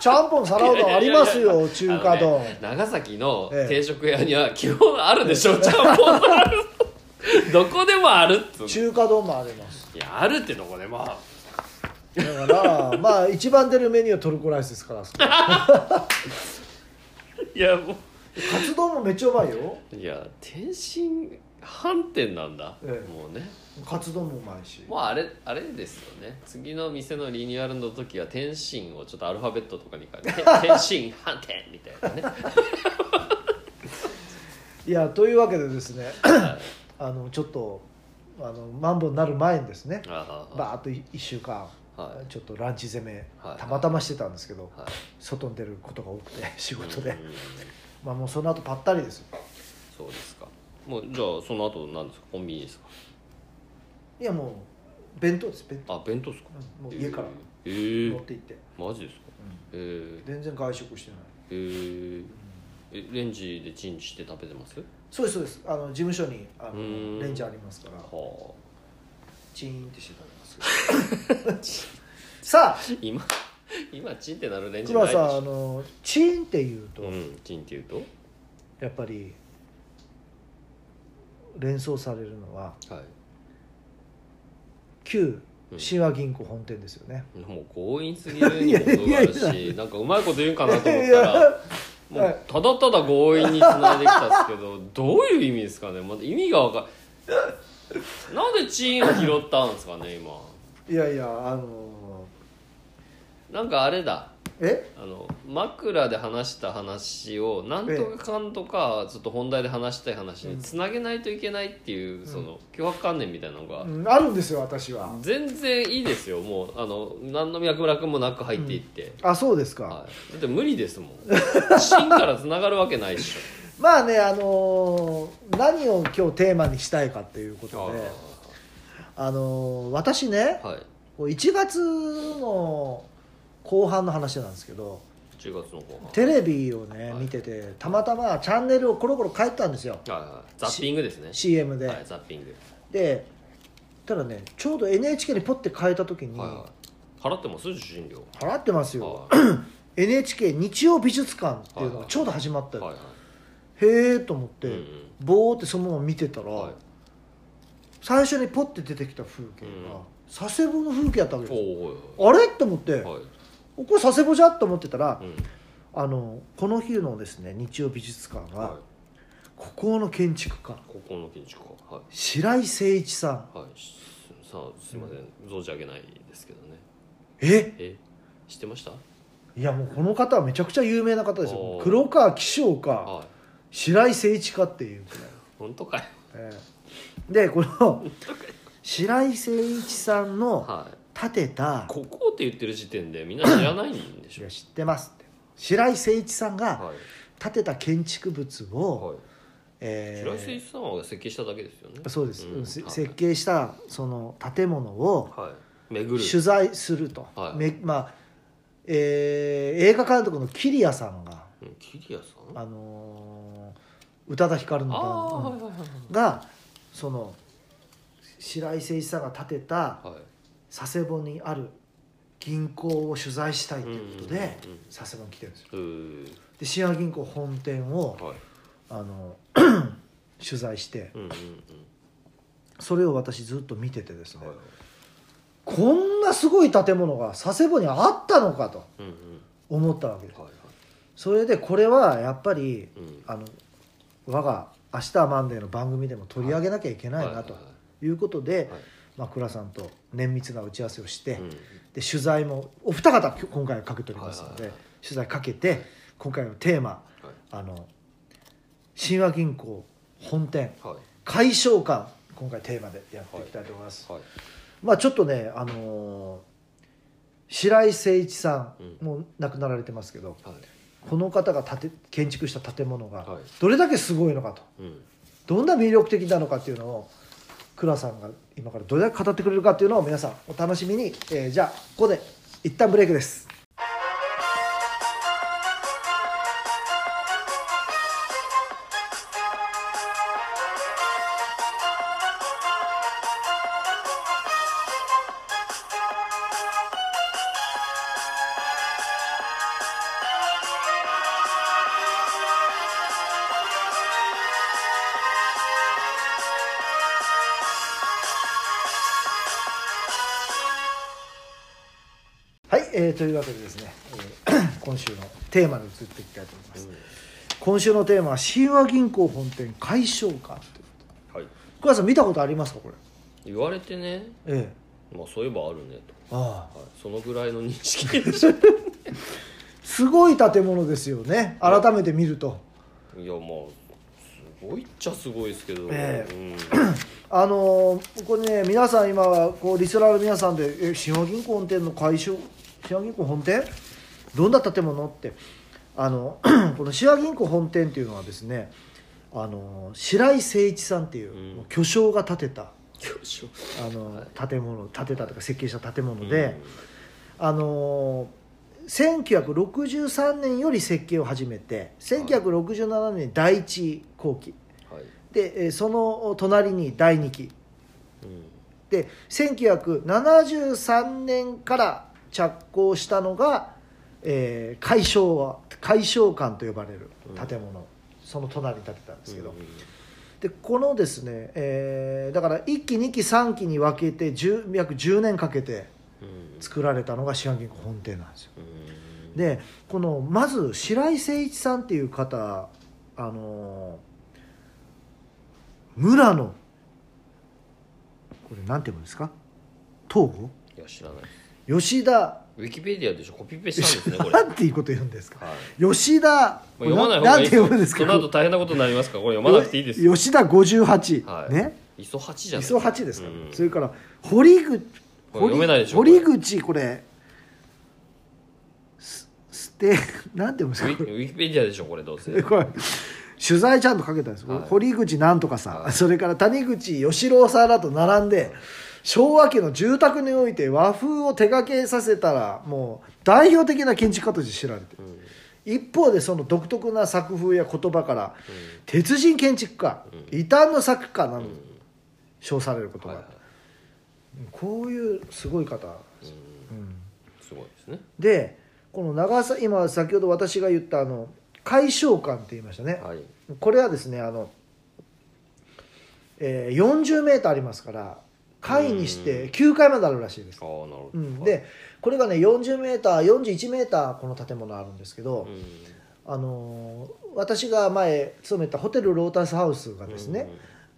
Speaker 1: ちゃんぽん皿うどんあります よ中華
Speaker 2: あの
Speaker 1: 丼、
Speaker 2: ね長崎の
Speaker 1: ええ
Speaker 2: 定食屋には基本あるで しょ、ちゃんぽんとあるどこでもあるっつうの
Speaker 1: 中華丼もあります
Speaker 2: いやあるってどこでもある
Speaker 1: だからまあ一番出るメニューはトルコライスですからあそこ
Speaker 2: いやもう
Speaker 1: カツ丼もめっちゃうまいよ
Speaker 2: いや天津飯店なんだ、
Speaker 1: ええ
Speaker 2: もうね
Speaker 1: カツ丼もうまいし
Speaker 2: もうあれあれですよね次の店のリニューアルの時は天津をちょっとアルファベットとかに変えて 天津飯店みたいなね
Speaker 1: いやというわけでですねあのちょっとあのマンボウになる前にですね
Speaker 2: ああ
Speaker 1: バーッと1週間
Speaker 2: はい
Speaker 1: ちょっとランチ攻め
Speaker 2: はい
Speaker 1: たまたましてたんですけど、
Speaker 2: はい
Speaker 1: 外に出ることが多くて仕事で、
Speaker 2: うん
Speaker 1: まあもうその後ぱったりですよ
Speaker 2: そうですかもうじゃあその後なんですかコンビニですか
Speaker 1: いやもう弁当です弁当
Speaker 2: あ弁当ですか
Speaker 1: うんもう家から
Speaker 2: えー
Speaker 1: 持
Speaker 2: え
Speaker 1: って行って、
Speaker 2: ー、マジですかえー、
Speaker 1: 全然外食してない、
Speaker 2: えー、えレンジでチンして食べてますは
Speaker 1: そうですそうですあの事務所にあ
Speaker 2: う
Speaker 1: の
Speaker 2: ん
Speaker 1: レンジありますから
Speaker 2: あ
Speaker 1: チーンってして食べます けどさあ
Speaker 2: 今今チンってなるレンジない
Speaker 1: 黒
Speaker 2: で
Speaker 1: 田
Speaker 2: し
Speaker 1: さんあ
Speaker 2: ょ
Speaker 1: のチーンって言うと、
Speaker 2: うんチンっていうと
Speaker 1: やっぱり連想されるのは
Speaker 2: はい
Speaker 1: 旧
Speaker 2: うん
Speaker 1: 神話銀行本店ですよね、
Speaker 2: もう強引すぎるにも程がある
Speaker 1: いやいやい
Speaker 2: しなんかうまいこと言うんかなと思っ
Speaker 1: い
Speaker 2: たら
Speaker 1: や
Speaker 2: もうただただ強引に繋いできたんですけどどういう意味ですかね、ま、意味がわかんなんでチーンを拾ったんですかね今
Speaker 1: いやいやあの
Speaker 2: なんかあれだ
Speaker 1: え
Speaker 2: あの枕で話した話をなんとかかんとかちょっと本題で話したい話につなげないといけないっていう、その脅迫観念みたいなのが、
Speaker 1: うんあるんですよ私は
Speaker 2: 全然いいですよもうあの何の脈絡もなく入っていって、
Speaker 1: あそうですか、
Speaker 2: はい、だって無理ですもん芯からつながるわけないっし
Speaker 1: まあねあのー何を今日テーマにしたいかっていうこ
Speaker 2: ょ
Speaker 1: とであのー私ね
Speaker 2: はい
Speaker 1: こう1月の後半の話なんですけど
Speaker 2: 10月の後半
Speaker 1: テレビをね
Speaker 2: はい
Speaker 1: 見ててたまたまチャンネルをコロコロ変えたんですよ
Speaker 2: はいはい、ザッピングですね
Speaker 1: CM で、
Speaker 2: はいザッピング
Speaker 1: でただねちょうど NHK にポッて変えた時に、
Speaker 2: はいはい払ってます受信料
Speaker 1: 払ってますよ、
Speaker 2: はい
Speaker 1: NHK 日曜美術館っていうの
Speaker 2: はい
Speaker 1: が
Speaker 2: はい
Speaker 1: ちょうど始まったよ、
Speaker 2: はいは
Speaker 1: へえと思って、
Speaker 2: いうんうん
Speaker 1: ぼーってそのまま見てたら、
Speaker 2: はい
Speaker 1: 最初にポッて出てきた風景が、
Speaker 2: うん
Speaker 1: 佐世保の風景やったわけですよ
Speaker 2: おー
Speaker 1: あれと思って、
Speaker 2: はいはいはい
Speaker 1: これ佐世保じゃと思ってたら、
Speaker 2: うん
Speaker 1: あのこの日のですね日曜美術館が、
Speaker 2: はい
Speaker 1: ここの建築家
Speaker 2: ここの建築家は
Speaker 1: 白井誠一さん
Speaker 2: いはいしさあすいません存じ上げないですけどね
Speaker 1: え
Speaker 2: え知ってました
Speaker 1: いやもうこの方はめちゃくちゃ有名な方ですよ
Speaker 2: おー
Speaker 1: 黒川紀章か
Speaker 2: はい
Speaker 1: 白井誠一かっていうくらい
Speaker 2: 本当かよ
Speaker 1: ええでこ の白井誠一さんの
Speaker 2: はい
Speaker 1: 建てた
Speaker 2: ここって言ってる時点でみんな知らないんで
Speaker 1: い
Speaker 2: しょ
Speaker 1: や知ってますって白井誠一さんが
Speaker 2: はい
Speaker 1: 建てた建築物を、
Speaker 2: はい
Speaker 1: ええ
Speaker 2: 白井誠一さんは設計しただけですよね
Speaker 1: そうです、
Speaker 2: うん
Speaker 1: うんせ
Speaker 2: はい
Speaker 1: 設計したその建物を
Speaker 2: はい巡る
Speaker 1: 取材すると、
Speaker 2: はい
Speaker 1: めまあえー映画監督の桐谷さんが、
Speaker 2: うんキリアさん
Speaker 1: あのー宇多田ヒカルの
Speaker 2: ああ
Speaker 1: バ
Speaker 2: はい
Speaker 1: ン
Speaker 2: はいはいはい
Speaker 1: ドがその白井誠一さんが建てた
Speaker 2: はい
Speaker 1: 佐世保にある銀行を取材したいということで、
Speaker 2: うんうんうん
Speaker 1: 佐世保に来てるんですよ
Speaker 2: うー
Speaker 1: で信和銀行本店を、
Speaker 2: はい
Speaker 1: あの 取材して
Speaker 2: うんうん
Speaker 1: それを私ずっと見ててです
Speaker 2: うん
Speaker 1: ね、
Speaker 2: はい
Speaker 1: こんなすごい建物が佐世保にあったのかと
Speaker 2: うんうん
Speaker 1: 思ったわけです
Speaker 2: はいはい
Speaker 1: それでこれはやっぱり
Speaker 2: うん
Speaker 1: あの我が「明日はマンデー」の番組でも取り上げなきゃいけない
Speaker 2: は
Speaker 1: なと
Speaker 2: は
Speaker 1: いうことで
Speaker 2: いはい、
Speaker 1: まあ、倉さんと綿密な打ち合わせをして、
Speaker 2: うん
Speaker 1: で取材もお二方きょ今回はかけておりますので、
Speaker 2: はいはいは
Speaker 1: 取材かけて今回のテーマ
Speaker 2: はい
Speaker 1: あの神和銀行本店
Speaker 2: はい
Speaker 1: 解消館今回テーマでやっていきたいと思います、
Speaker 2: はい
Speaker 1: まあちょっとねあのー白井誠一さ
Speaker 2: うん
Speaker 1: んもう亡くなられてますけど、
Speaker 2: はい
Speaker 1: この方が建て建築した建物が
Speaker 2: はい
Speaker 1: どれだけすごいのかと
Speaker 2: うん
Speaker 1: どんな魅力的なのかっていうのを倉さんが今からどれだけ語ってくれるかっていうのを皆さんお楽しみに、えーじゃあここで一旦ブレイクですはい、えーというわけでですね、えー 今週のテーマに移っていきたいと思います、今週のテーマは神和銀行本店解消かということ
Speaker 2: はい
Speaker 1: 倉さん見たことありますかこれ
Speaker 2: 言われてね
Speaker 1: ええ
Speaker 2: まあそういえばあるね
Speaker 1: ああ
Speaker 2: とはいそのぐらいの認 識でしょ
Speaker 1: すごい建物ですよね改めて見ると
Speaker 2: いやまあすごいっちゃすごいですけど
Speaker 1: ええ
Speaker 2: うん
Speaker 1: ああのーこれね皆さん今はこうリスナーの皆さんで「え信和銀行本店の改修信和銀行本店どんな建物?」ってあの この信和銀行本店っていうのはですねあのー白井誠一さんっていう
Speaker 2: うん
Speaker 1: もう巨匠が建てた、
Speaker 2: よいしょ
Speaker 1: あのー建物建てたとか設計した建物で、あのー1963年より設計を始めて1967年に第一後期
Speaker 2: うんはい
Speaker 1: でえーその隣に第二期
Speaker 2: うん
Speaker 1: で1973年から着工したのが、えー、海将は海将館と呼ばれる建物、その隣に建てたんですけど、
Speaker 2: うん
Speaker 1: でこのですね、えーだから1期2期3期に分けて10約10年かけて
Speaker 2: うん
Speaker 1: 作られたのが四半銀行本店なんですよ
Speaker 2: うん
Speaker 1: でこのまず白井誠一さんっていう方あのー村のこれなんて読むんですか東郷
Speaker 2: いや知らない
Speaker 1: 吉田
Speaker 2: ウィキペディアでしょコピペしたんですねこれ
Speaker 1: な
Speaker 2: はい
Speaker 1: んていうこと言うんですか吉田
Speaker 2: もう読まない方
Speaker 1: なん
Speaker 2: がいい
Speaker 1: て読むんですか
Speaker 2: その後大変なことになりますからこれ読まなくていいですよ
Speaker 1: よ吉田58、
Speaker 2: はい
Speaker 1: ね
Speaker 2: 磯八じゃない
Speaker 1: 磯八ですから、
Speaker 2: うん
Speaker 1: それから堀口
Speaker 2: これ読めないでしょ
Speaker 1: 堀口これすステなんて読むんです
Speaker 2: ウ
Speaker 1: か
Speaker 2: ィウィキペディアでしょこれど うせ
Speaker 1: えこれ取材ちゃんとかけたんです、
Speaker 2: はい
Speaker 1: 堀口なんとかさん、
Speaker 2: はい
Speaker 1: それから谷口義郎さんらと並んで昭和家の住宅において和風を手掛けさせたらもう代表的な建築家として知られてる
Speaker 2: うん
Speaker 1: 一方でその独特な作風や言葉から鉄人建築家、異端の作家などと称されること
Speaker 2: はい
Speaker 1: が、
Speaker 2: はい
Speaker 1: こういうすごい方、
Speaker 2: うん
Speaker 1: うん
Speaker 2: すごいですね
Speaker 1: でこの長さ今先ほど私が言ったあの解消館って言いましたね、
Speaker 2: はい
Speaker 1: これはですねあの、えー、40メートルありますから階にして9階まであるらしいです
Speaker 2: ああ、なるほ
Speaker 1: う、
Speaker 2: ど
Speaker 1: ん、でこれがね40メーター41メーターこの建物あるんですけど、
Speaker 2: うん
Speaker 1: あのー私が前勤めたホテルロータスハウスがですね、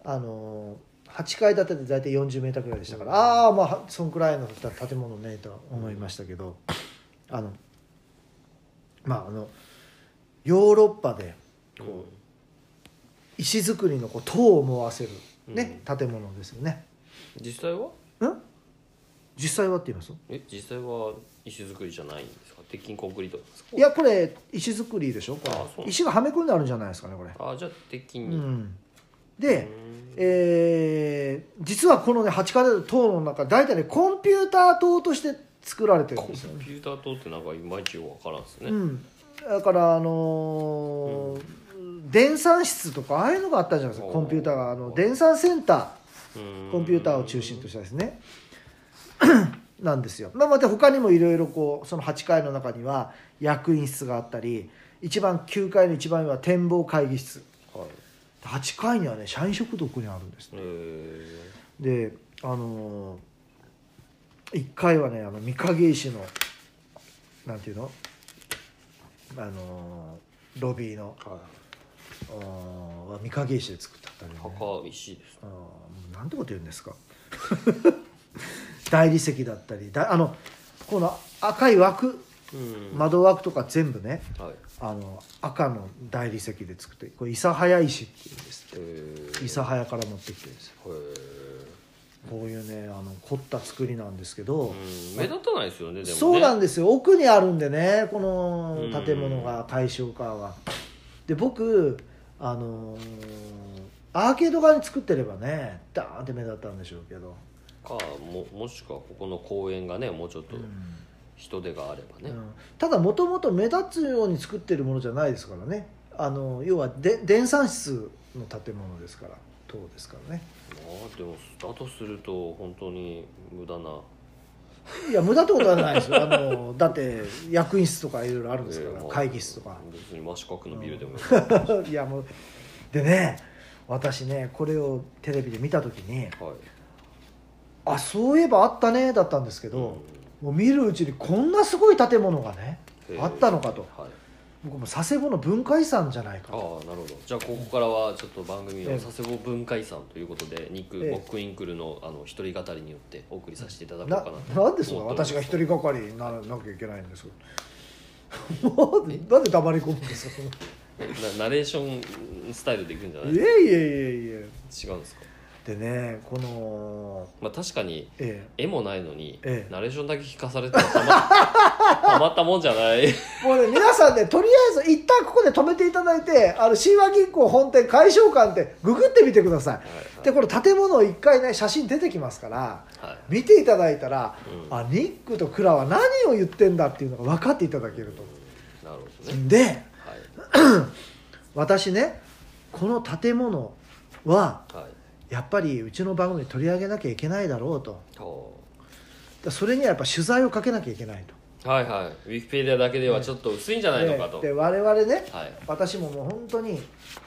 Speaker 1: あのー8階建てで大体40メーターぐらいでしたから、
Speaker 2: うん
Speaker 1: ああまあそんくらいの建物ねとは思いましたけど、あのまああのヨーロッパで
Speaker 2: うん
Speaker 1: こ石造りのこう塔を思わせる、ね建物ですよね。
Speaker 2: 実際は
Speaker 1: うん実際はって言います
Speaker 2: え実際は石造りじゃないんですか鉄筋コンクリートなんですか
Speaker 1: いやこれ石造りでしょこ
Speaker 2: あそう
Speaker 1: れ石がはめ込んであるんじゃないですかねこれ。
Speaker 2: あじゃあ鉄筋
Speaker 1: う
Speaker 2: に、
Speaker 1: ん、
Speaker 2: う
Speaker 1: で、
Speaker 2: ん
Speaker 1: えー実はこのね8階建ての塔の中大体ねコンピューター塔として作られてるん
Speaker 2: コン
Speaker 1: ですよね。
Speaker 2: ピューター塔ってなんかいまいちよくわからんですね、
Speaker 1: うん、だからあのー電算室とかああいうのがあったじゃないですかコンピューターがあの電算センター。
Speaker 2: うん
Speaker 1: コンピューターを中心としたですね なんですよ、まあ、また他にもいろいろこうその8階の中には役員室があったり一番9階の一番上は展望会議室
Speaker 2: はい
Speaker 1: 8階にはね社員食堂ここにあるんです
Speaker 2: えー、
Speaker 1: であのー、1階はねあの御影石のなんていうのあのーロビーの
Speaker 2: は
Speaker 1: あーは御影石で作ってあったりね
Speaker 2: い、墓石です
Speaker 1: あーもうなんてこと言うんですか 大理石だったりだあのこの赤い枠
Speaker 2: うん
Speaker 1: 窓枠とか全部ね
Speaker 2: はい
Speaker 1: あの赤の大理石で作ってこれ諫早石っていうんです
Speaker 2: えー、
Speaker 1: 諫早から持ってきてるんですよ
Speaker 2: へー
Speaker 1: こういうねあの凝った作りなんですけど、
Speaker 2: うん目立たないですよねでもね
Speaker 1: そうなんで
Speaker 2: で
Speaker 1: すよ奥にあるんでねこの建物が大正館はで僕あのーアーケード側に作ってればねダーンって目立ったんでしょうけど、
Speaker 2: かももしくはここの公園がねもうちょっと
Speaker 1: うん
Speaker 2: 人手があれば
Speaker 1: う
Speaker 2: ね、
Speaker 1: んただもともと目立つように作ってるものじゃないですからねあの要はで電算室の建物ですから塔ですからね
Speaker 2: まあでもだとすると本当に無駄ない
Speaker 1: や無駄ってことはないですよあのだって役員室とかいろいろあるんですか
Speaker 2: え
Speaker 1: ら、
Speaker 2: ーまあ
Speaker 1: 会議室とか
Speaker 2: 別に真四角のビルでも、
Speaker 1: いやもうでね私ねこれをテレビで見た時に
Speaker 2: はい
Speaker 1: あそういえばあったねだったんですけど、もう見るうちにこんなすごい建物がね
Speaker 2: うん
Speaker 1: あったのかと
Speaker 2: はい、
Speaker 1: 僕も佐世保の文化遺産じゃないか
Speaker 2: ああ
Speaker 1: と
Speaker 2: なるほどじゃあここからはちょっと番組
Speaker 1: ええ
Speaker 2: を佐世保文化遺産ということでニック・
Speaker 1: ええ
Speaker 2: ボックインクルのあの一人語りによってお送りさせていただこう
Speaker 1: な
Speaker 2: かなと
Speaker 1: なんでそんな
Speaker 2: 思っております
Speaker 1: 私が一人がかりにならなきゃいけないんです かなんでなんで黙り込むんですか
Speaker 2: なナレーションスタイルでいくんじゃない
Speaker 1: いえいえいえいえ
Speaker 2: 違うんですか
Speaker 1: でねこの
Speaker 2: まあ確かに
Speaker 1: ええ
Speaker 2: 絵もないのに、
Speaker 1: ええ
Speaker 2: ナレーションだけ聞かされてもたま たまったもんじ ゃない
Speaker 1: もうね、皆さんね、とりあえず一旦ここで止めていただいて、あの、神話銀行本店解消館ってググってみてください。で、これ建物を一回ね、写真出てきますから、
Speaker 2: はい
Speaker 1: 見ていただいたら、
Speaker 2: うん
Speaker 1: あ、ニックとクラは何を言ってんだっていうのが分かっていただけると思
Speaker 2: なるほどね
Speaker 1: う。で、
Speaker 2: はい
Speaker 1: 私ね、この建物は、
Speaker 2: はい
Speaker 1: やっぱりうちの番組に取り上げなきゃいけないだろうと。
Speaker 2: ほ
Speaker 1: でそれにはやっぱ取材をかけなきゃいけないと。
Speaker 2: うはいはいウィキペディアだけではちょっと薄いんじゃないのかと、
Speaker 1: でで我々ね、
Speaker 2: はい
Speaker 1: 私ももう本当に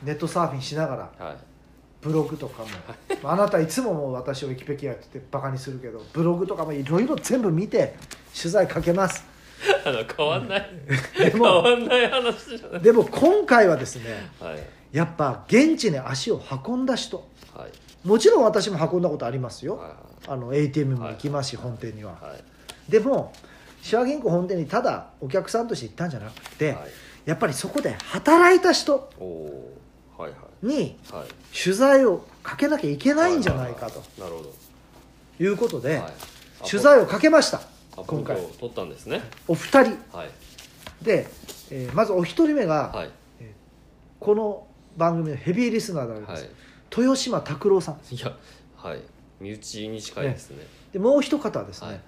Speaker 1: ネットサーフィンしながら、
Speaker 2: はい
Speaker 1: ブログとかもあなたいつももう私をウィキペディアって言ってバカにするけどブログとかもいろいろ全部見て取材かけます
Speaker 2: あの変わんない
Speaker 1: で
Speaker 2: 変わ
Speaker 1: も
Speaker 2: んない話じゃない
Speaker 1: でも今回はですね
Speaker 2: はい
Speaker 1: やっぱ現地に足を運んだ人
Speaker 2: はい
Speaker 1: もちろん私も運んだことありますよ
Speaker 2: は
Speaker 1: あの ATM も行きますし本店に
Speaker 2: い
Speaker 1: は
Speaker 2: はい
Speaker 1: でも手話銀行本店にただお客さんとして行ったんじゃなくて
Speaker 2: はい
Speaker 1: やっぱりそこで働いた人
Speaker 2: おおーはいは
Speaker 1: に
Speaker 2: いはい
Speaker 1: 取材をかけなきゃいけないんじゃないかと
Speaker 2: なるほど
Speaker 1: いうことで
Speaker 2: はい
Speaker 1: 取材をかけました
Speaker 2: アポ
Speaker 1: 今
Speaker 2: イント
Speaker 1: 回
Speaker 2: を取ったんですね
Speaker 1: お二人
Speaker 2: はい
Speaker 1: で、えーまずお一人目が、
Speaker 2: はい
Speaker 1: この番組のヘビーリスナーでありま
Speaker 2: は
Speaker 1: す、
Speaker 2: い
Speaker 1: 豊島拓郎さん
Speaker 2: いやはい身内に近いですね
Speaker 1: でもう一方はですね、
Speaker 2: はい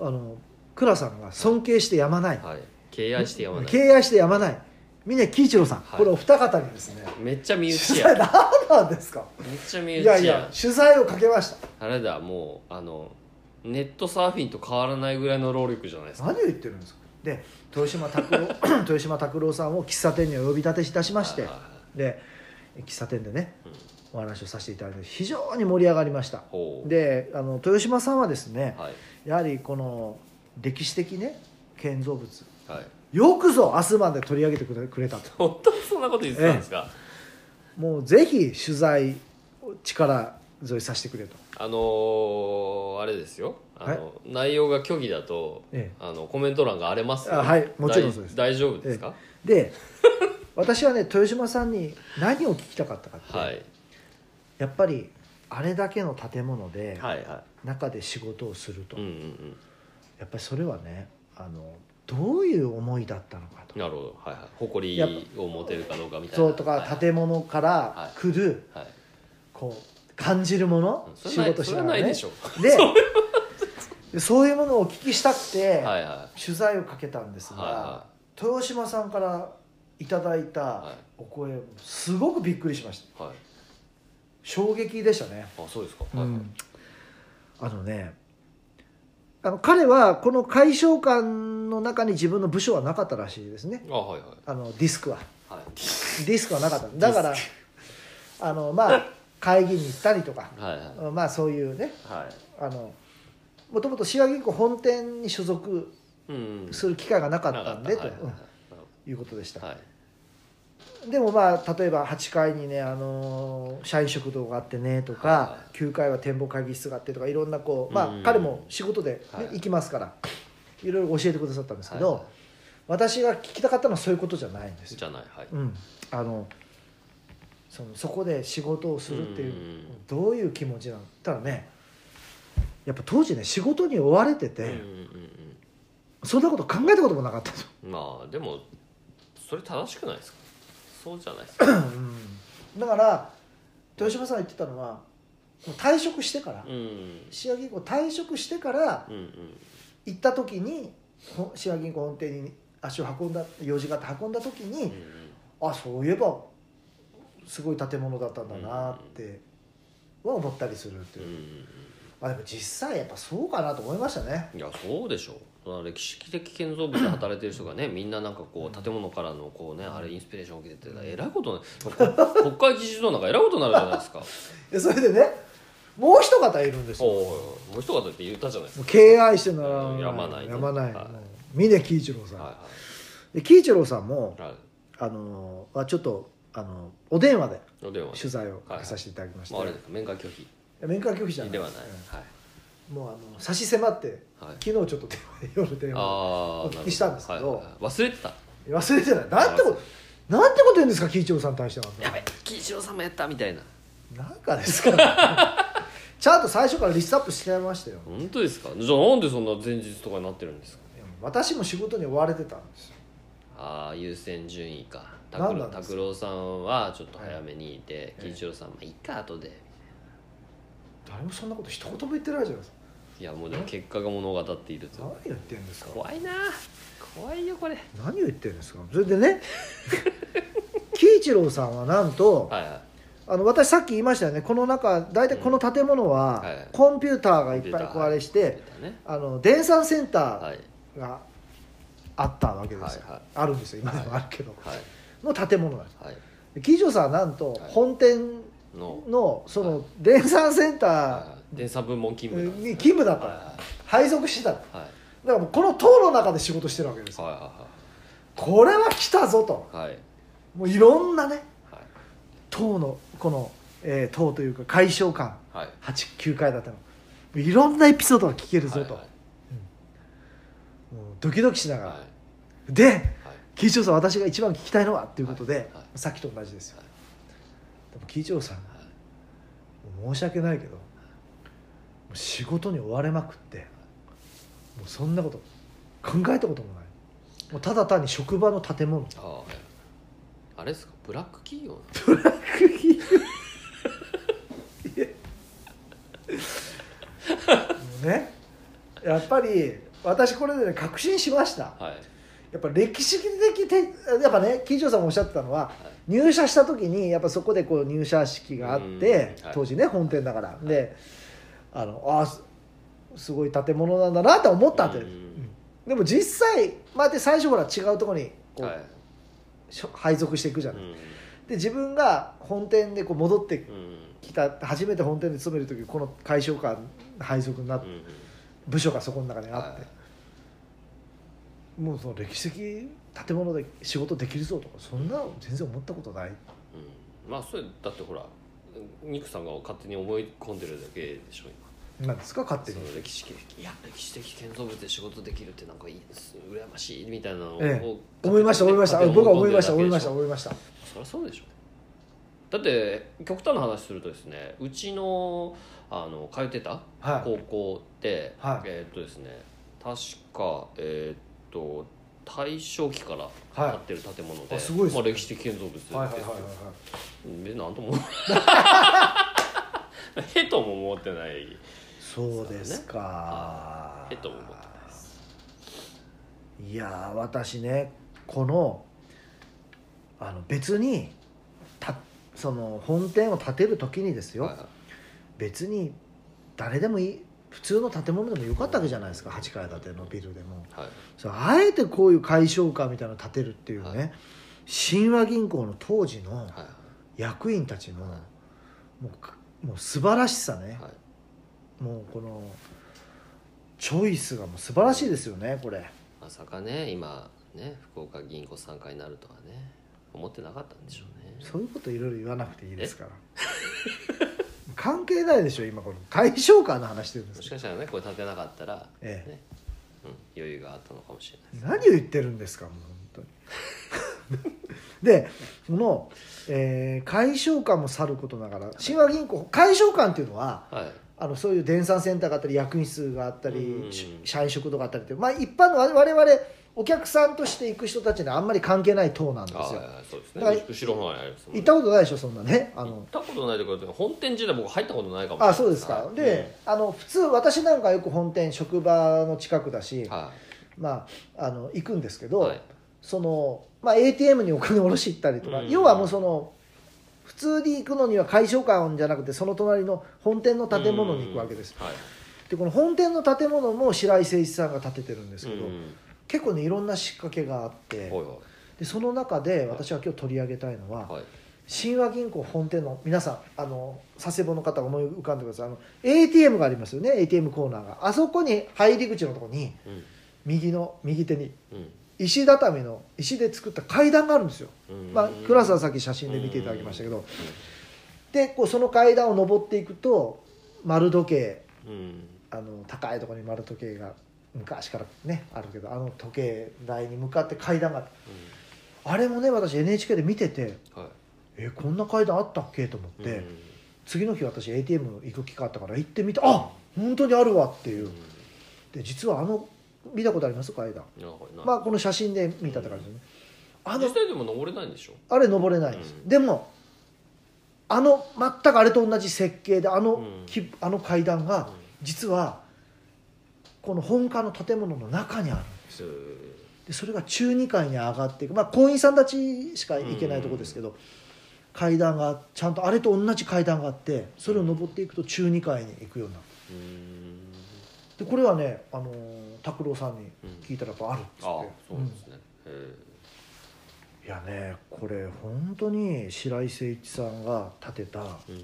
Speaker 1: あの倉さんが尊敬してやまない、
Speaker 2: はい敬愛してやまない
Speaker 1: 敬愛してやまない峰喜一郎さん、
Speaker 2: はい
Speaker 1: これお二方にですね
Speaker 2: めっちゃ身
Speaker 1: 取
Speaker 2: 内
Speaker 1: 材
Speaker 2: や
Speaker 1: 何なんですか
Speaker 2: めっちゃ身
Speaker 1: い
Speaker 2: 内
Speaker 1: や
Speaker 2: や
Speaker 1: いや取材をかけました
Speaker 2: あれだもうあのネットサーフィンと変わらないぐらいの労力じゃないですか
Speaker 1: 何を言ってるんですかで豊島拓郎 豊島拓郎さんを喫茶店にお呼び立ていたしまして
Speaker 2: はいはいは
Speaker 1: で喫茶店でね
Speaker 2: いうん
Speaker 1: お話をさせていただいて非常に盛り上がりました
Speaker 2: ほう
Speaker 1: であの豊島さんはですね、
Speaker 2: はい
Speaker 1: やはりこの歴史的ね建造物
Speaker 2: はい
Speaker 1: よくぞ「明日マン」で取り上げてくれくれたと
Speaker 2: 本当にそんなこと言ってたんですか、
Speaker 1: もうぜひ取材を力添えさせてくれと
Speaker 2: あのーあれですよあの内容が虚偽だと、
Speaker 1: ええ
Speaker 2: あのコメント欄が荒れますよ
Speaker 1: あはいもちろんそうです
Speaker 2: 大大丈夫ですか、
Speaker 1: で私はね豊島さんに何を聞きたかったかって、
Speaker 2: はい、
Speaker 1: やっぱりあれだけの建物で
Speaker 2: はいは
Speaker 1: 中で仕事をすると、
Speaker 2: うんうん
Speaker 1: やっぱりそれはねあのどういう思いだったのかと
Speaker 2: うんなるほどはいはい誇
Speaker 1: やっ
Speaker 2: りを持てるかどうかみたいな
Speaker 1: そうと
Speaker 2: は
Speaker 1: か
Speaker 2: い
Speaker 1: 建物から来る、
Speaker 2: はい、
Speaker 1: こう感じるもの、
Speaker 2: それ
Speaker 1: 仕
Speaker 2: はない
Speaker 1: 事しなが
Speaker 2: それはな
Speaker 1: ら
Speaker 2: いで
Speaker 1: ね
Speaker 2: しょ
Speaker 1: ででそういうものをお聞きしたくて、
Speaker 2: はいは
Speaker 1: 取材をかけたんですが、
Speaker 2: はいは
Speaker 1: 豊島さんからいただい
Speaker 2: は
Speaker 1: たお声、すごくびっくりしました
Speaker 2: いはい
Speaker 1: 衝撃でしたね、
Speaker 2: あそうですか、
Speaker 1: う
Speaker 2: はいはい
Speaker 1: んあのねあの彼はこの解消館の中に自分の部署はなかったらしいですね
Speaker 2: あはいはい
Speaker 1: あのディスクは
Speaker 2: はい
Speaker 1: ディスクはなかっただからあのまあ会議に行ったりとか
Speaker 2: はいはい
Speaker 1: まあそういうね
Speaker 2: はい
Speaker 1: あのもともと滋賀銀行本店に所属
Speaker 2: うん
Speaker 1: する機会がなかったんで
Speaker 2: な
Speaker 1: と
Speaker 2: かったはい
Speaker 1: いうことでした、
Speaker 2: はいはい
Speaker 1: でもまあ例えば8階にね、あのー社員食堂があってねとか、
Speaker 2: はいは
Speaker 1: 9階は展望会議室があってとかいろんなこうま
Speaker 2: う
Speaker 1: あ
Speaker 2: ん
Speaker 1: 彼も仕事でね、
Speaker 2: はい
Speaker 1: 行きますからいろいろ教えてくださったんですけど、
Speaker 2: はい
Speaker 1: 私が聞きたかったのはそういうことじゃないんですよ、
Speaker 2: じゃないはい
Speaker 1: うん、あのそのそこで仕事をするっていう、
Speaker 2: うん
Speaker 1: どういう気持ちなのったらねやっぱ当時ね仕事に追われてて、
Speaker 2: うんうんうん
Speaker 1: そんなこと考えたこともなかったと、
Speaker 2: うんまあでもそれ正しくないですかそうじゃないですか
Speaker 1: だから豊島さんが言ってたのはもう退職してから
Speaker 2: うん
Speaker 1: 仕上銀行退職してから
Speaker 2: うんうん
Speaker 1: 行った時にほ仕上銀行本店に足を運んだ用事があって運んだ時
Speaker 2: う
Speaker 1: に、
Speaker 2: ん
Speaker 1: あそういえばすごい建物だったんだなっては思ったりするって
Speaker 2: うん
Speaker 1: いうう、
Speaker 2: ん
Speaker 1: まあ、でも実際やっぱそうかなと思いましたね
Speaker 2: いやそうでしょうその歴史的建造物で働いてる人がねみんななんかこう建物からのこうねあれインスピレーションを受けててえらいことね国会議事堂なんかえらいことになるじゃないですか
Speaker 1: でそれでねもう一方いるんです
Speaker 2: おう
Speaker 1: よ
Speaker 2: おうおうもう一方って言ったじゃないです
Speaker 1: もう敬愛してなら
Speaker 2: やまないね
Speaker 1: やまない、
Speaker 2: はい
Speaker 1: もう峰喜一郎さん、
Speaker 2: かは
Speaker 1: で喜一郎さんも
Speaker 2: いはいは
Speaker 1: あのはちょっとあのお電話で
Speaker 2: いお電話
Speaker 1: 取材をかけさせていただきまして、
Speaker 2: まああれですか面会拒否
Speaker 1: 面会拒否じゃない
Speaker 2: ではないはい
Speaker 1: うんもうあの差し迫って
Speaker 2: はい
Speaker 1: 昨日ちょっと電話で夜電話
Speaker 2: ああ
Speaker 1: お聞きしたんですけど
Speaker 2: 忘れてた
Speaker 1: で忘れてないなんてことなんて こと言うんですか喜一郎さんに対しては
Speaker 2: やべ岸尾さんもやったみたいな
Speaker 1: なんかですかちゃんと最初からリストアップしてましたよ
Speaker 2: 本当ですかじゃあなんでそんな前日とかになってるんですか
Speaker 1: 私も仕事に追われてたんですよ
Speaker 2: ああ優先順位か
Speaker 1: 何なんですか
Speaker 2: 拓郎さんはちょっと早めにいて
Speaker 1: はい
Speaker 2: 金一郎さんまあいいか後で
Speaker 1: 誰もそんなこと一言も言ってないじゃないですか
Speaker 2: いやもうでも結果が物語っている
Speaker 1: 何
Speaker 2: と
Speaker 1: を言ってんですか
Speaker 2: 怖いな怖いよこれ
Speaker 1: 何を言ってんですかそれでね 喜一郎さんはなんと、
Speaker 2: はいは
Speaker 1: あの私さっき言いましたよねこの中大体この建物は、
Speaker 2: うんはい
Speaker 1: コンピューターが
Speaker 2: い
Speaker 1: いっぱい壊れして、
Speaker 2: 出たね
Speaker 1: あの電算センタ
Speaker 2: はい
Speaker 1: ーがあったわけですよ、
Speaker 2: はいはい
Speaker 1: あるんですよ今でもあるけど、
Speaker 2: はい
Speaker 1: の建物なんです
Speaker 2: はい
Speaker 1: で喜一郎さんはなんと、
Speaker 2: はい
Speaker 1: 本店
Speaker 2: の
Speaker 1: のそ
Speaker 2: は
Speaker 1: の電算センタ
Speaker 2: はい電算部門勤
Speaker 1: ー
Speaker 2: 務なんで
Speaker 1: に
Speaker 2: すね
Speaker 1: 勤務だったの、
Speaker 2: は
Speaker 1: 配属してたのだ
Speaker 2: いはい
Speaker 1: からもうこの塔の中で仕事してるわけですよ
Speaker 2: は
Speaker 1: これは来たぞと
Speaker 2: いはいはいはい
Speaker 1: もういろんなね
Speaker 2: はい
Speaker 1: 塔のこの、えー塔というか解消館
Speaker 2: はい
Speaker 1: 89階建てのいろんなエピソードが聞けるぞと、
Speaker 2: はい
Speaker 1: もうドキドキしながら、
Speaker 2: はいはい
Speaker 1: で
Speaker 2: はい
Speaker 1: 喜一郎さん私が一番聞きたいのはっていうことで、
Speaker 2: はいはい
Speaker 1: さっきと同じですよ、
Speaker 2: はい
Speaker 1: でも喜一郎さん
Speaker 2: はい
Speaker 1: 申し訳ないけどもう仕事に追われまくってもうそんなこと考えたこともないもうただ単に職場の建 物
Speaker 2: ああはいあれですかブラック企業なの
Speaker 1: ねやっぱり私これでね確信しました
Speaker 2: はい
Speaker 1: やっぱ歴史的てやっぱね金城さんもおっしゃってたのは入社した時にやっぱそこでこう入社式があって
Speaker 2: うんはい
Speaker 1: 当時ね本店だからであのあーすすごい建物なんだなって思ったって
Speaker 2: うん
Speaker 1: うんでも実際まあで最初ほら違うところにこう
Speaker 2: はい
Speaker 1: しょ配属していくじゃ
Speaker 2: う
Speaker 1: ない
Speaker 2: ん
Speaker 1: で自分が本店でこう戻って
Speaker 2: うん
Speaker 1: きた初めて本店で勤める時この解消官配属になって
Speaker 2: うん
Speaker 1: 部署がそこの中にあっ
Speaker 2: は
Speaker 1: てもうその歴史的建物で仕事できるぞとかそんなの全然思ったことない
Speaker 2: いうんまあそれだってほらニクさんが勝手に思い込んでるだけでしょ今
Speaker 1: なんですか勝手
Speaker 2: そ
Speaker 1: に
Speaker 2: の歴史的いや歴史的建造物で仕事できるってなんかいいです羨ましいみたいなのを、
Speaker 1: ええ思いました思いました
Speaker 2: 勝手に
Speaker 1: 僕は思いました
Speaker 2: 込ん
Speaker 1: 思
Speaker 2: で
Speaker 1: い
Speaker 2: る
Speaker 1: まし
Speaker 2: だけで
Speaker 1: た
Speaker 2: ょ
Speaker 1: 思いました
Speaker 2: そりゃそうでしょだって極端な話するとですねうちのあの通ってた
Speaker 1: はい
Speaker 2: 高校って、
Speaker 1: はい
Speaker 2: えーっとですね確かえーっと大正期から
Speaker 1: はい
Speaker 2: 建ってる建物で、
Speaker 1: あすごいですね
Speaker 2: まあ、歴史的建造物ですよ、
Speaker 1: はいはいはいはい
Speaker 2: 別になんとも へとも思ってない
Speaker 1: そうですか
Speaker 2: はいへとも思ってないです
Speaker 1: いやー私ねこのあの別にたその本店を建てる時にですよ、
Speaker 2: はいはい
Speaker 1: 別に誰でもいい普通の建物でもよかったわけじゃないですか8階建てのビルでも
Speaker 2: はい
Speaker 1: そうあえてこういう解消館みたいなの建てるっていうね、
Speaker 2: はい
Speaker 1: 神話銀行の当時の
Speaker 2: はい
Speaker 1: 役員たちの、
Speaker 2: は
Speaker 1: もうかもう素晴らしさね、
Speaker 2: はい
Speaker 1: もうこのチョイスがもう素晴らしいですよねこれ
Speaker 2: まさかね今ね福岡銀行参加になるとはね思ってなかったんでしょうね
Speaker 1: そういうこといろいろ言わなくていい ですから関係ないでしょ今この解消館の話してるんです
Speaker 2: もし
Speaker 1: よ
Speaker 2: かしたらねこれ立てなかったら、
Speaker 1: ええ
Speaker 2: ねうん、余裕があったのかもしれない
Speaker 1: 何を言ってるんですかもう本 当にでこの、えー、解消館もさることながら神話銀行解消館っていうのは
Speaker 2: はい
Speaker 1: あのそういう電算センターがあったり役員室があったり
Speaker 2: うん
Speaker 1: し社員食堂があったりって、まあ、一般の我々我々お客さんとして行く人たちにはあんまり関係ない塔なんです
Speaker 2: あはい
Speaker 1: よ
Speaker 2: はいそうです
Speaker 1: だから
Speaker 2: ね後ろの方にありますもん
Speaker 1: 行
Speaker 2: ね
Speaker 1: ったことないでしょそんなねあ
Speaker 2: 行
Speaker 1: の
Speaker 2: ったことないところで本店自体僕入ったことないかもしれない
Speaker 1: あそうですか
Speaker 2: はい
Speaker 1: で、あの普通私なんかよく本店職場の近くだし、
Speaker 2: うんは
Speaker 1: まああの行くんですけ
Speaker 2: い
Speaker 1: ど、
Speaker 2: はい
Speaker 1: その、まあ、ATM にお金を下ろし行ったりとか、
Speaker 2: うん
Speaker 1: 要はもうその普通に行くのには解消館じゃなくてその隣の本店の建物に行くわけです、
Speaker 2: はい
Speaker 1: でこの本店の建物も白井誠一さんが建ててるんです
Speaker 2: う
Speaker 1: けど、
Speaker 2: ん
Speaker 1: 結構ねいろんな仕掛けがあって、
Speaker 2: はいは
Speaker 1: でその中で私は今日取り上げたいのは、
Speaker 2: いはい
Speaker 1: 神話銀行本店の皆さんあの佐世保の方思い浮かんでくださいあの ATM がありますよね ATM コーナーがあそこに入り口のとこに
Speaker 2: うん
Speaker 1: 右の右手に
Speaker 2: うん
Speaker 1: 石畳の石で作った階段があるんですよ、
Speaker 2: うん
Speaker 1: まあ、倉沢さっき写真で見ていただきましたけどでこうその階段を上っていくと丸時計
Speaker 2: うん
Speaker 1: あの高いところに丸時計が昔からねあるけどあの時計台に向かって階段があってあれもね私 NHK で見てて
Speaker 2: うんはい
Speaker 1: えこんな階段あったっけと思って、
Speaker 2: うん
Speaker 1: 次の日私 ATM 行く機会あったから行ってみてあ本当にあるわっていうで実はあの見たことあります階段
Speaker 2: いやこれな、
Speaker 1: まあこの写真で見たって感じですねあの
Speaker 2: 実際でも登れないんでしょ
Speaker 1: あれ登れないです、
Speaker 2: うん
Speaker 1: でもあの全くあれと同じ設計であの,、
Speaker 2: うん
Speaker 1: きあの階段が
Speaker 2: うん
Speaker 1: 実はこの本館の建物の中にある
Speaker 2: そう
Speaker 1: でそれが中2階に上がっていくまあ婚姻さんたちしか行けないところですけど、階段がちゃんとあれと同じ階段があってそれを登っていくと中2階に行くようになる
Speaker 2: うーん
Speaker 1: でこれはねあのー拓郎さんに聞いたらやっぱあるっつって、
Speaker 2: ああそうなんですね、へ
Speaker 1: いやねこれ本当に白井誠一さんが建てたこ
Speaker 2: うん
Speaker 1: の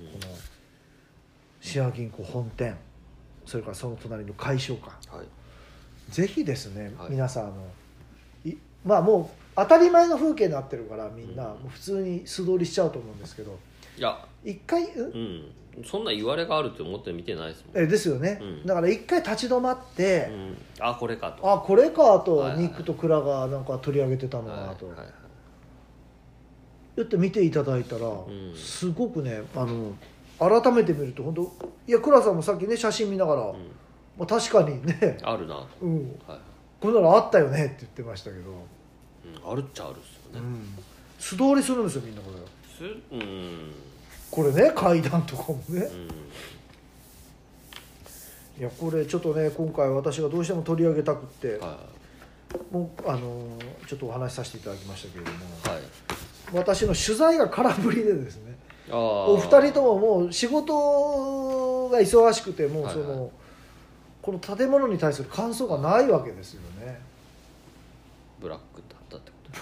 Speaker 1: シェア銀行本店それからその隣の解消館
Speaker 2: えはい
Speaker 1: ぜひですね、
Speaker 2: はい
Speaker 1: 皆さんあのいまあもう当たり前の風景になってるからみんな
Speaker 2: うん
Speaker 1: もう普通に素通りしちゃうと思うんですけど
Speaker 2: いや
Speaker 1: 一回う
Speaker 2: うんそんな言われがあるって思って見てないですもん、
Speaker 1: えですよね、
Speaker 2: うん
Speaker 1: だから一回立ち止まって
Speaker 2: う、ん、あこれかと
Speaker 1: あこれか
Speaker 2: はい
Speaker 1: と
Speaker 2: はい
Speaker 1: 肉と蔵がなんか取り上げてたのかなと、
Speaker 2: はいはいはい
Speaker 1: やって見ていただいたら、
Speaker 2: ん
Speaker 1: すごくねあの改めて見ると本当いや倉さんもさっきね写真見ながら、
Speaker 2: うん
Speaker 1: まあ、確かにね、
Speaker 2: あるなと、
Speaker 1: うん、
Speaker 2: はい
Speaker 1: こんなのあったよねって言ってましたけど、
Speaker 2: うん、あるっちゃあるっす
Speaker 1: う
Speaker 2: よね、
Speaker 1: ん、素通りするんですよみんなこれ
Speaker 2: すうん
Speaker 1: これね階段とかもね
Speaker 2: う、ん
Speaker 1: いやこれちょっとね今回私がどうしても取り上げたくって、
Speaker 2: は
Speaker 1: もうあのーちょっとお話しさせていただきましたけれども
Speaker 2: い、はい、
Speaker 1: 私の取材が空振りでですね
Speaker 2: あー
Speaker 1: お二人とももう仕事が忙しくてもうその、
Speaker 2: はいはい
Speaker 1: この建物に対する感想がないわけですよね
Speaker 2: ブラックだったってこと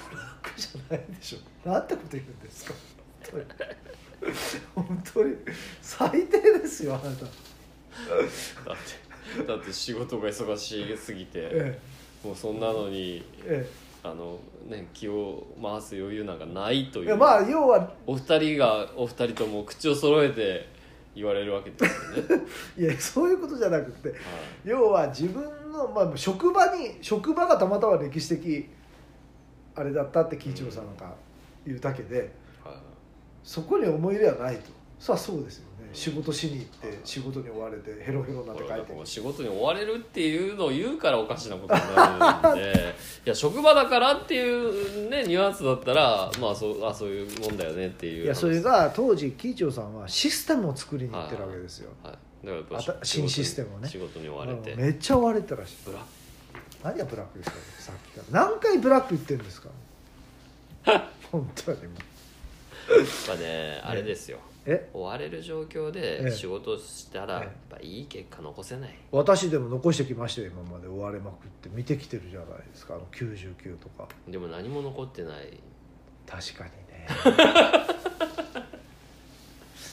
Speaker 1: じゃないでしょなんてこと言うんですか本当に本当に最低ですよあなた、
Speaker 2: だってだって仕事が忙しすぎて
Speaker 1: え
Speaker 2: もうそんなのに
Speaker 1: ええ
Speaker 2: あのね気を回す余裕なんかないと
Speaker 1: え、い
Speaker 2: い
Speaker 1: や
Speaker 2: う
Speaker 1: まあ要は
Speaker 2: お二人がお二人とも口を揃えて言われるわけですよね、
Speaker 1: いやそういうことじゃなくて
Speaker 2: はい
Speaker 1: 要は自分の、まあ、職場に職場がたまたま歴史的あれだったって喜一郎さんが言うだけで、
Speaker 2: は
Speaker 1: そこに思い入れはないとそりゃそうですよね
Speaker 2: うん
Speaker 1: 仕事しに行って仕事に追われてヘロヘロに
Speaker 2: い、
Speaker 1: なっ
Speaker 2: こ
Speaker 1: て
Speaker 2: れ
Speaker 1: 帰
Speaker 2: が
Speaker 1: って
Speaker 2: こ
Speaker 1: く
Speaker 2: う
Speaker 1: る
Speaker 2: 仕事に追われるっていうのを言うからおかしなことになるん でいや職場だからっていうねニュアンスだったらまあそうあそういうもんだよねっていう
Speaker 1: いやそれが当時喜一郎さんはシステムを作りに行ってるわけですよ、
Speaker 2: はい、だからやっぱ
Speaker 1: あた新システムをね
Speaker 2: 仕事に追われて
Speaker 1: うんめっちゃ追われてたらしい
Speaker 2: ブラ
Speaker 1: 何がブラックですかさっきから何回ブラック言ってるん ですか本当にもう
Speaker 2: まあねあれですよ
Speaker 1: え
Speaker 2: 追われる状況
Speaker 1: ええ
Speaker 2: で仕事したら
Speaker 1: ええ
Speaker 2: やっぱいい結果残せない
Speaker 1: 私でも残してきましたよ今まで追われまくって見てきてるじゃないですかあの99とか
Speaker 2: でも何も残ってない
Speaker 1: 確かにね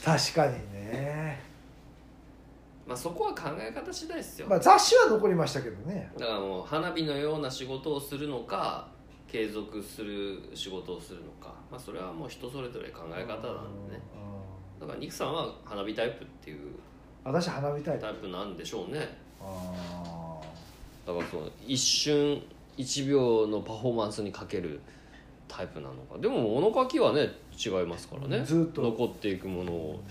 Speaker 1: 確かにね
Speaker 2: まあそこは考え方次第ですよ、
Speaker 1: まあ雑誌は残りましたけどね
Speaker 2: だからもう花火のような仕事をするのか継続する仕事をするのか、まあ、それはもう人それぞれ考え方なんでね
Speaker 1: う
Speaker 2: だからニクさんは花火タイプっていうん
Speaker 1: 私花火大会
Speaker 2: タイプなんでしょうね
Speaker 1: あ
Speaker 2: だからその一瞬1秒のパフォーマンスにかけるタイプなのかでも物書きはね違いますからね
Speaker 1: ずっと
Speaker 2: 残っていくものを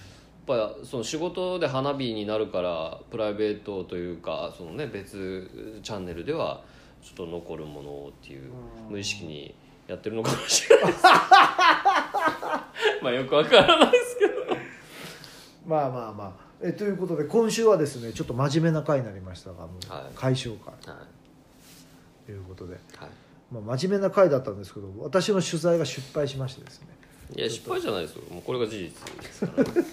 Speaker 2: やっぱその仕事で花火になるからプライベートというかその、ね、別チャンネルではちょっと残るものをっていう
Speaker 1: うん
Speaker 2: 無意識にやってるのかもしれないです まあよくわからないですけど
Speaker 1: まあまあまあえということで今週はですねちょっと真面目な回になりましたがもう
Speaker 2: はい
Speaker 1: 解消会
Speaker 2: はい
Speaker 1: ということで、
Speaker 2: は
Speaker 1: まあ、真面目な回だったんですけど私の取材が失敗しましてですね
Speaker 2: い、いや失敗じゃないですよもうこれが事実ですから、 ね、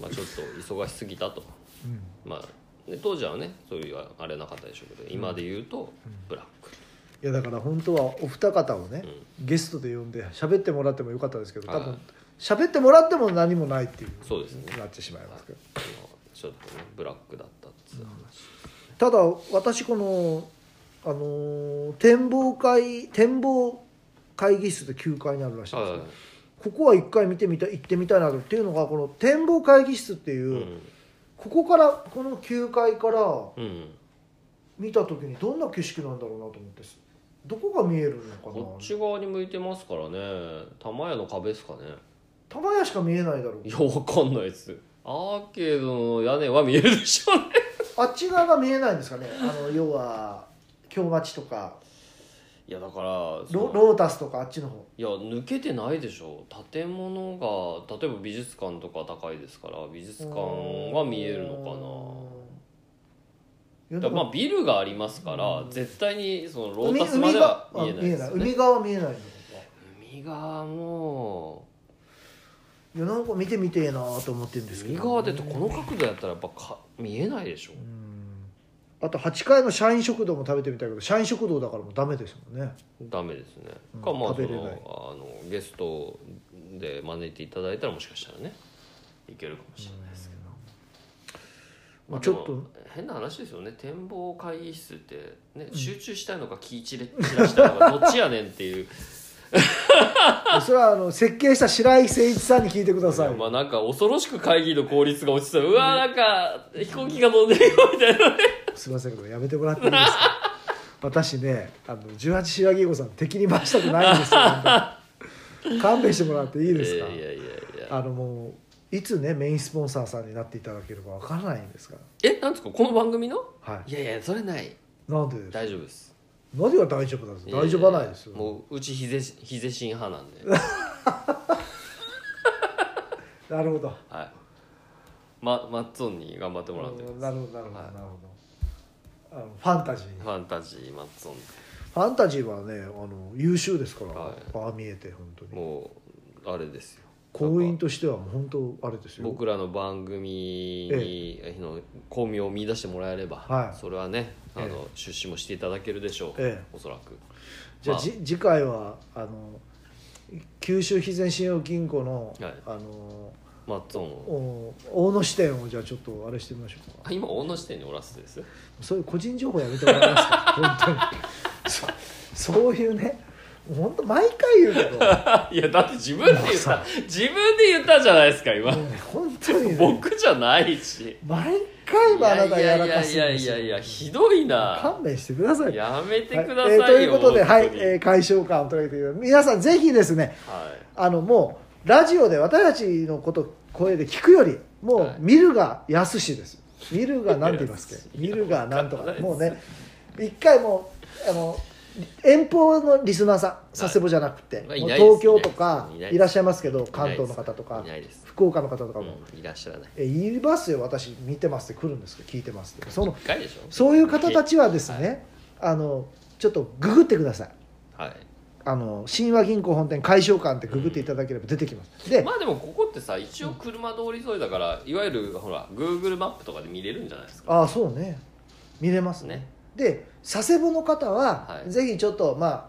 Speaker 2: まあちょっと忙しすぎたと
Speaker 1: うん
Speaker 2: まあ、ね、当時はねそういうあれなかったでしょうけど今で言うとブラック、
Speaker 1: いやだから本当はお二方をね、ゲストで呼んで喋ってもらってもよかったですけど多
Speaker 2: は
Speaker 1: 分
Speaker 2: い
Speaker 1: 喋ってもらっても何もないっていう
Speaker 2: そうですね
Speaker 1: なってしまいますけど
Speaker 2: あのちょっとねブラックだったっつう話、
Speaker 1: ただ私この、あのー展望会展望会議室で9階にあるらしいんですけど、
Speaker 2: はい
Speaker 1: ここは1回見てみたい行ってみたいなとっていうのがこの展望会議室っていうう、
Speaker 2: ん
Speaker 1: ここからこの9階から
Speaker 2: うん、
Speaker 1: 見た時にどんな景色なんだろうなと思ってどこが見えるのかな
Speaker 2: こっち側に向いてますからね玉屋の壁ですかね
Speaker 1: 玉屋しか見えないだろう
Speaker 2: いやわかんないですアーケードの屋根は見えるでしょうね
Speaker 1: あっち側が見えないんですかねあの要は京町とか
Speaker 2: いやだからそ
Speaker 1: ロ
Speaker 2: の
Speaker 1: ロータスとかあっちの方
Speaker 2: いや抜けてないでしょ建物が例えば美術館とか高いですから美術館は見えるの
Speaker 1: いや
Speaker 2: かな
Speaker 1: だから
Speaker 2: だか
Speaker 1: ら
Speaker 2: まあビルがありますから
Speaker 1: うん
Speaker 2: 絶対にそのロー
Speaker 1: 海
Speaker 2: タスまでは見え
Speaker 1: 海
Speaker 2: な
Speaker 1: が
Speaker 2: いですよね
Speaker 1: 海側は見えないのか
Speaker 2: 海側も
Speaker 1: いやなんか見てみてえなと思ってるんですけど、
Speaker 2: 海側でとこの角度やったらやっぱか見えないでしょ
Speaker 1: うんあと8階の社員食堂も食べてみたいけど社員食堂だからもうダメですもんね
Speaker 2: ダメですね、
Speaker 1: うん
Speaker 2: かまあそ
Speaker 1: 食べれない
Speaker 2: のあのゲストで招いていただいたらもしかしたらねいけるかもしれないですけど、まあ、
Speaker 1: ちょっと
Speaker 2: でも変な話ですよね展望会議室って、ね、集中したいのか気散れ散らしたい のかどっちやねんっていう
Speaker 1: それはあの設計した白井誠一さんに聞いてください
Speaker 2: まあなんか恐ろしく会議の効率が落ちてたうわーなんか飛行機が飛んでるよみたいなね
Speaker 1: すいませんけどやめてもらっていいです か私ねあの18白木吾さん敵に回したくないんですよ本当に勘弁してもらっていい
Speaker 2: いや
Speaker 1: ですか、
Speaker 2: いやいやいや
Speaker 1: あのもういつねメインスポンサーさんになっていただけるかわからないんですか
Speaker 2: えなんですかこの番組の
Speaker 1: らはい
Speaker 2: いやいやそれない
Speaker 1: なんでです
Speaker 2: 大丈夫です
Speaker 1: 何が大丈夫なんですか大丈夫はないですよ
Speaker 2: もううちヒゼヒゼシン 派なんで
Speaker 1: なるほど
Speaker 2: はい。ま、マッツンに頑張ってもらってます。
Speaker 1: なるほどなるほど、
Speaker 2: はい
Speaker 1: なるほどあのファンタジー
Speaker 2: ファンタジーマッツン。
Speaker 1: ファンタジーはねあの優秀ですから、
Speaker 2: はい
Speaker 1: ああ見えて本当に
Speaker 2: もう、あれですよ。
Speaker 1: 行
Speaker 2: なん
Speaker 1: 員
Speaker 2: か
Speaker 1: としてはもう本当あれですよ
Speaker 2: 僕らの番組に、あの、巧妙を見出してもらえれば、
Speaker 1: はい
Speaker 2: それはね、あ
Speaker 1: え
Speaker 2: の、出資もしていただけるでしょう。
Speaker 1: ええ
Speaker 2: おそらく。
Speaker 1: じゃあ、
Speaker 2: まあ
Speaker 1: じ次回はあの九州肥前信用金庫の、
Speaker 2: はい
Speaker 1: あの
Speaker 2: マッツンを。
Speaker 1: お大野支店をじゃあちょっとあれしてみましょうか
Speaker 2: あ今、大野支店におらせてです。
Speaker 1: そういう個人情報やめてもらえますか本当にそそういうね本当毎回言うけ ど
Speaker 2: いや、だって自分で言った、自分で言ったじゃないですか、今。
Speaker 1: もうね本当に、ね、
Speaker 2: 僕じゃないし。
Speaker 1: 毎回
Speaker 2: い
Speaker 1: まああ
Speaker 2: や
Speaker 1: ないたや
Speaker 2: や
Speaker 1: ら
Speaker 2: い
Speaker 1: か
Speaker 2: や
Speaker 1: すん
Speaker 2: い
Speaker 1: で
Speaker 2: や
Speaker 1: す
Speaker 2: い
Speaker 1: よ
Speaker 2: やいや、ひどいな。
Speaker 1: 勘弁してください
Speaker 2: やめてくだ
Speaker 1: はい
Speaker 2: さい
Speaker 1: え
Speaker 2: よ。
Speaker 1: ーということで、はい
Speaker 2: 本当に
Speaker 1: えー、解消感を取り上げていただき皆さんぜひですね
Speaker 2: はい。
Speaker 1: あのもうラジオで私たちのこと声で聞くよりもう見るが安しです見るが何て言いますっ け見るがなんとかもうね一回もうあの遠方のリスナーさん佐世保じゃなくて、
Speaker 2: まあい
Speaker 1: もう
Speaker 2: ないです
Speaker 1: 東京とか
Speaker 2: いないです
Speaker 1: いらっしゃいますけど関東の方とか
Speaker 2: いないです
Speaker 1: 福岡の方とかも、
Speaker 2: うんいらっしゃらない
Speaker 1: えいますよ私見てますって来るんですけど聞いてます ってその
Speaker 2: 一回でしょ
Speaker 1: そういう方たちはですね、あのちょっとググってください
Speaker 2: はい
Speaker 1: あの親和銀行本店解消館ってググっていただければ出てきます、で、
Speaker 2: まあでもここってさ一応車通り沿いだからいわゆるほら Google マップとかで見れるんじゃないですか
Speaker 1: ああそうね見れますね
Speaker 2: ね
Speaker 1: で佐世保の方は、
Speaker 2: はい
Speaker 1: ぜひちょっとまあ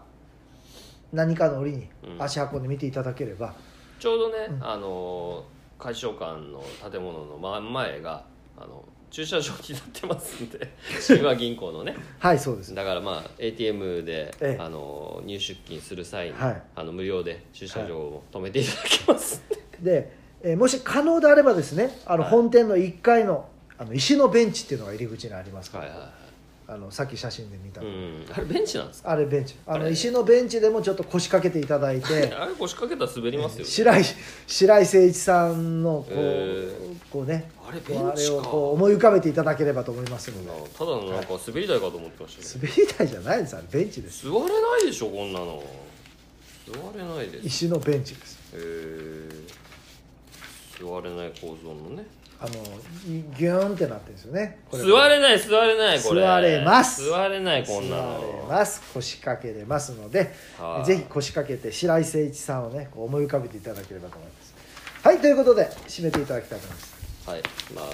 Speaker 1: 何かの折に
Speaker 2: うん
Speaker 1: 足運んで見ていただければ、
Speaker 2: ちょうどね、
Speaker 1: うん
Speaker 2: あのー解消館の建物の真ん前があの駐車場になってますんで 親和銀行のね
Speaker 1: はいそうです
Speaker 2: だからまあ ATM で、
Speaker 1: ええ
Speaker 2: あのー入出金する際に、
Speaker 1: はい
Speaker 2: あの無料で駐車場を止めていただけます、
Speaker 1: で、えーもし可能であればですねあの
Speaker 2: はい
Speaker 1: 本店の1階のあの石のベンチっていうのが入り口にありますか
Speaker 2: は
Speaker 1: ら、
Speaker 2: い、はいは
Speaker 1: あのさっき写真で見た、
Speaker 2: いうんあれベンチなんですか
Speaker 1: あれベンチあ
Speaker 2: あ
Speaker 1: の
Speaker 2: れ
Speaker 1: 石のベンチでもちょっと腰掛けていただいて
Speaker 2: あれ腰掛けたら滑りますよ、
Speaker 1: 白井白井誠一さんのこう,、
Speaker 2: え
Speaker 1: こうね
Speaker 2: あれベン
Speaker 1: こうあれ
Speaker 2: チ
Speaker 1: を
Speaker 2: か
Speaker 1: こう思い浮かべていただければと思いますので
Speaker 2: ただのなんか滑り台かと思ってましたけど、
Speaker 1: 滑り台じゃないですあれベンチです
Speaker 2: 座れないでしょこんなの座れないです
Speaker 1: 石のベンチです
Speaker 2: へー座れない構造のね
Speaker 1: あのギューンってなってるんですよねこ
Speaker 2: 座れない座れないこれ
Speaker 1: 座れます
Speaker 2: 座れないこんな
Speaker 1: 座れ
Speaker 2: の
Speaker 1: ます腰掛けれますので
Speaker 2: はい
Speaker 1: ぜひ腰掛けて白井誠一さんをねこう思い浮かべていただければと思いますはいということで締めていただきたいと思います
Speaker 2: はいまああの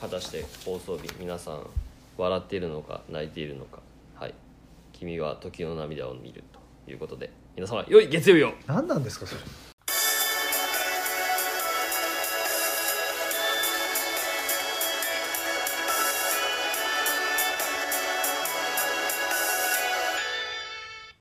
Speaker 2: 果たして放送日皆さん笑っているのか泣いているのかはい君は時の涙を見るということで皆様良い月曜日を
Speaker 1: 何なんですかそれ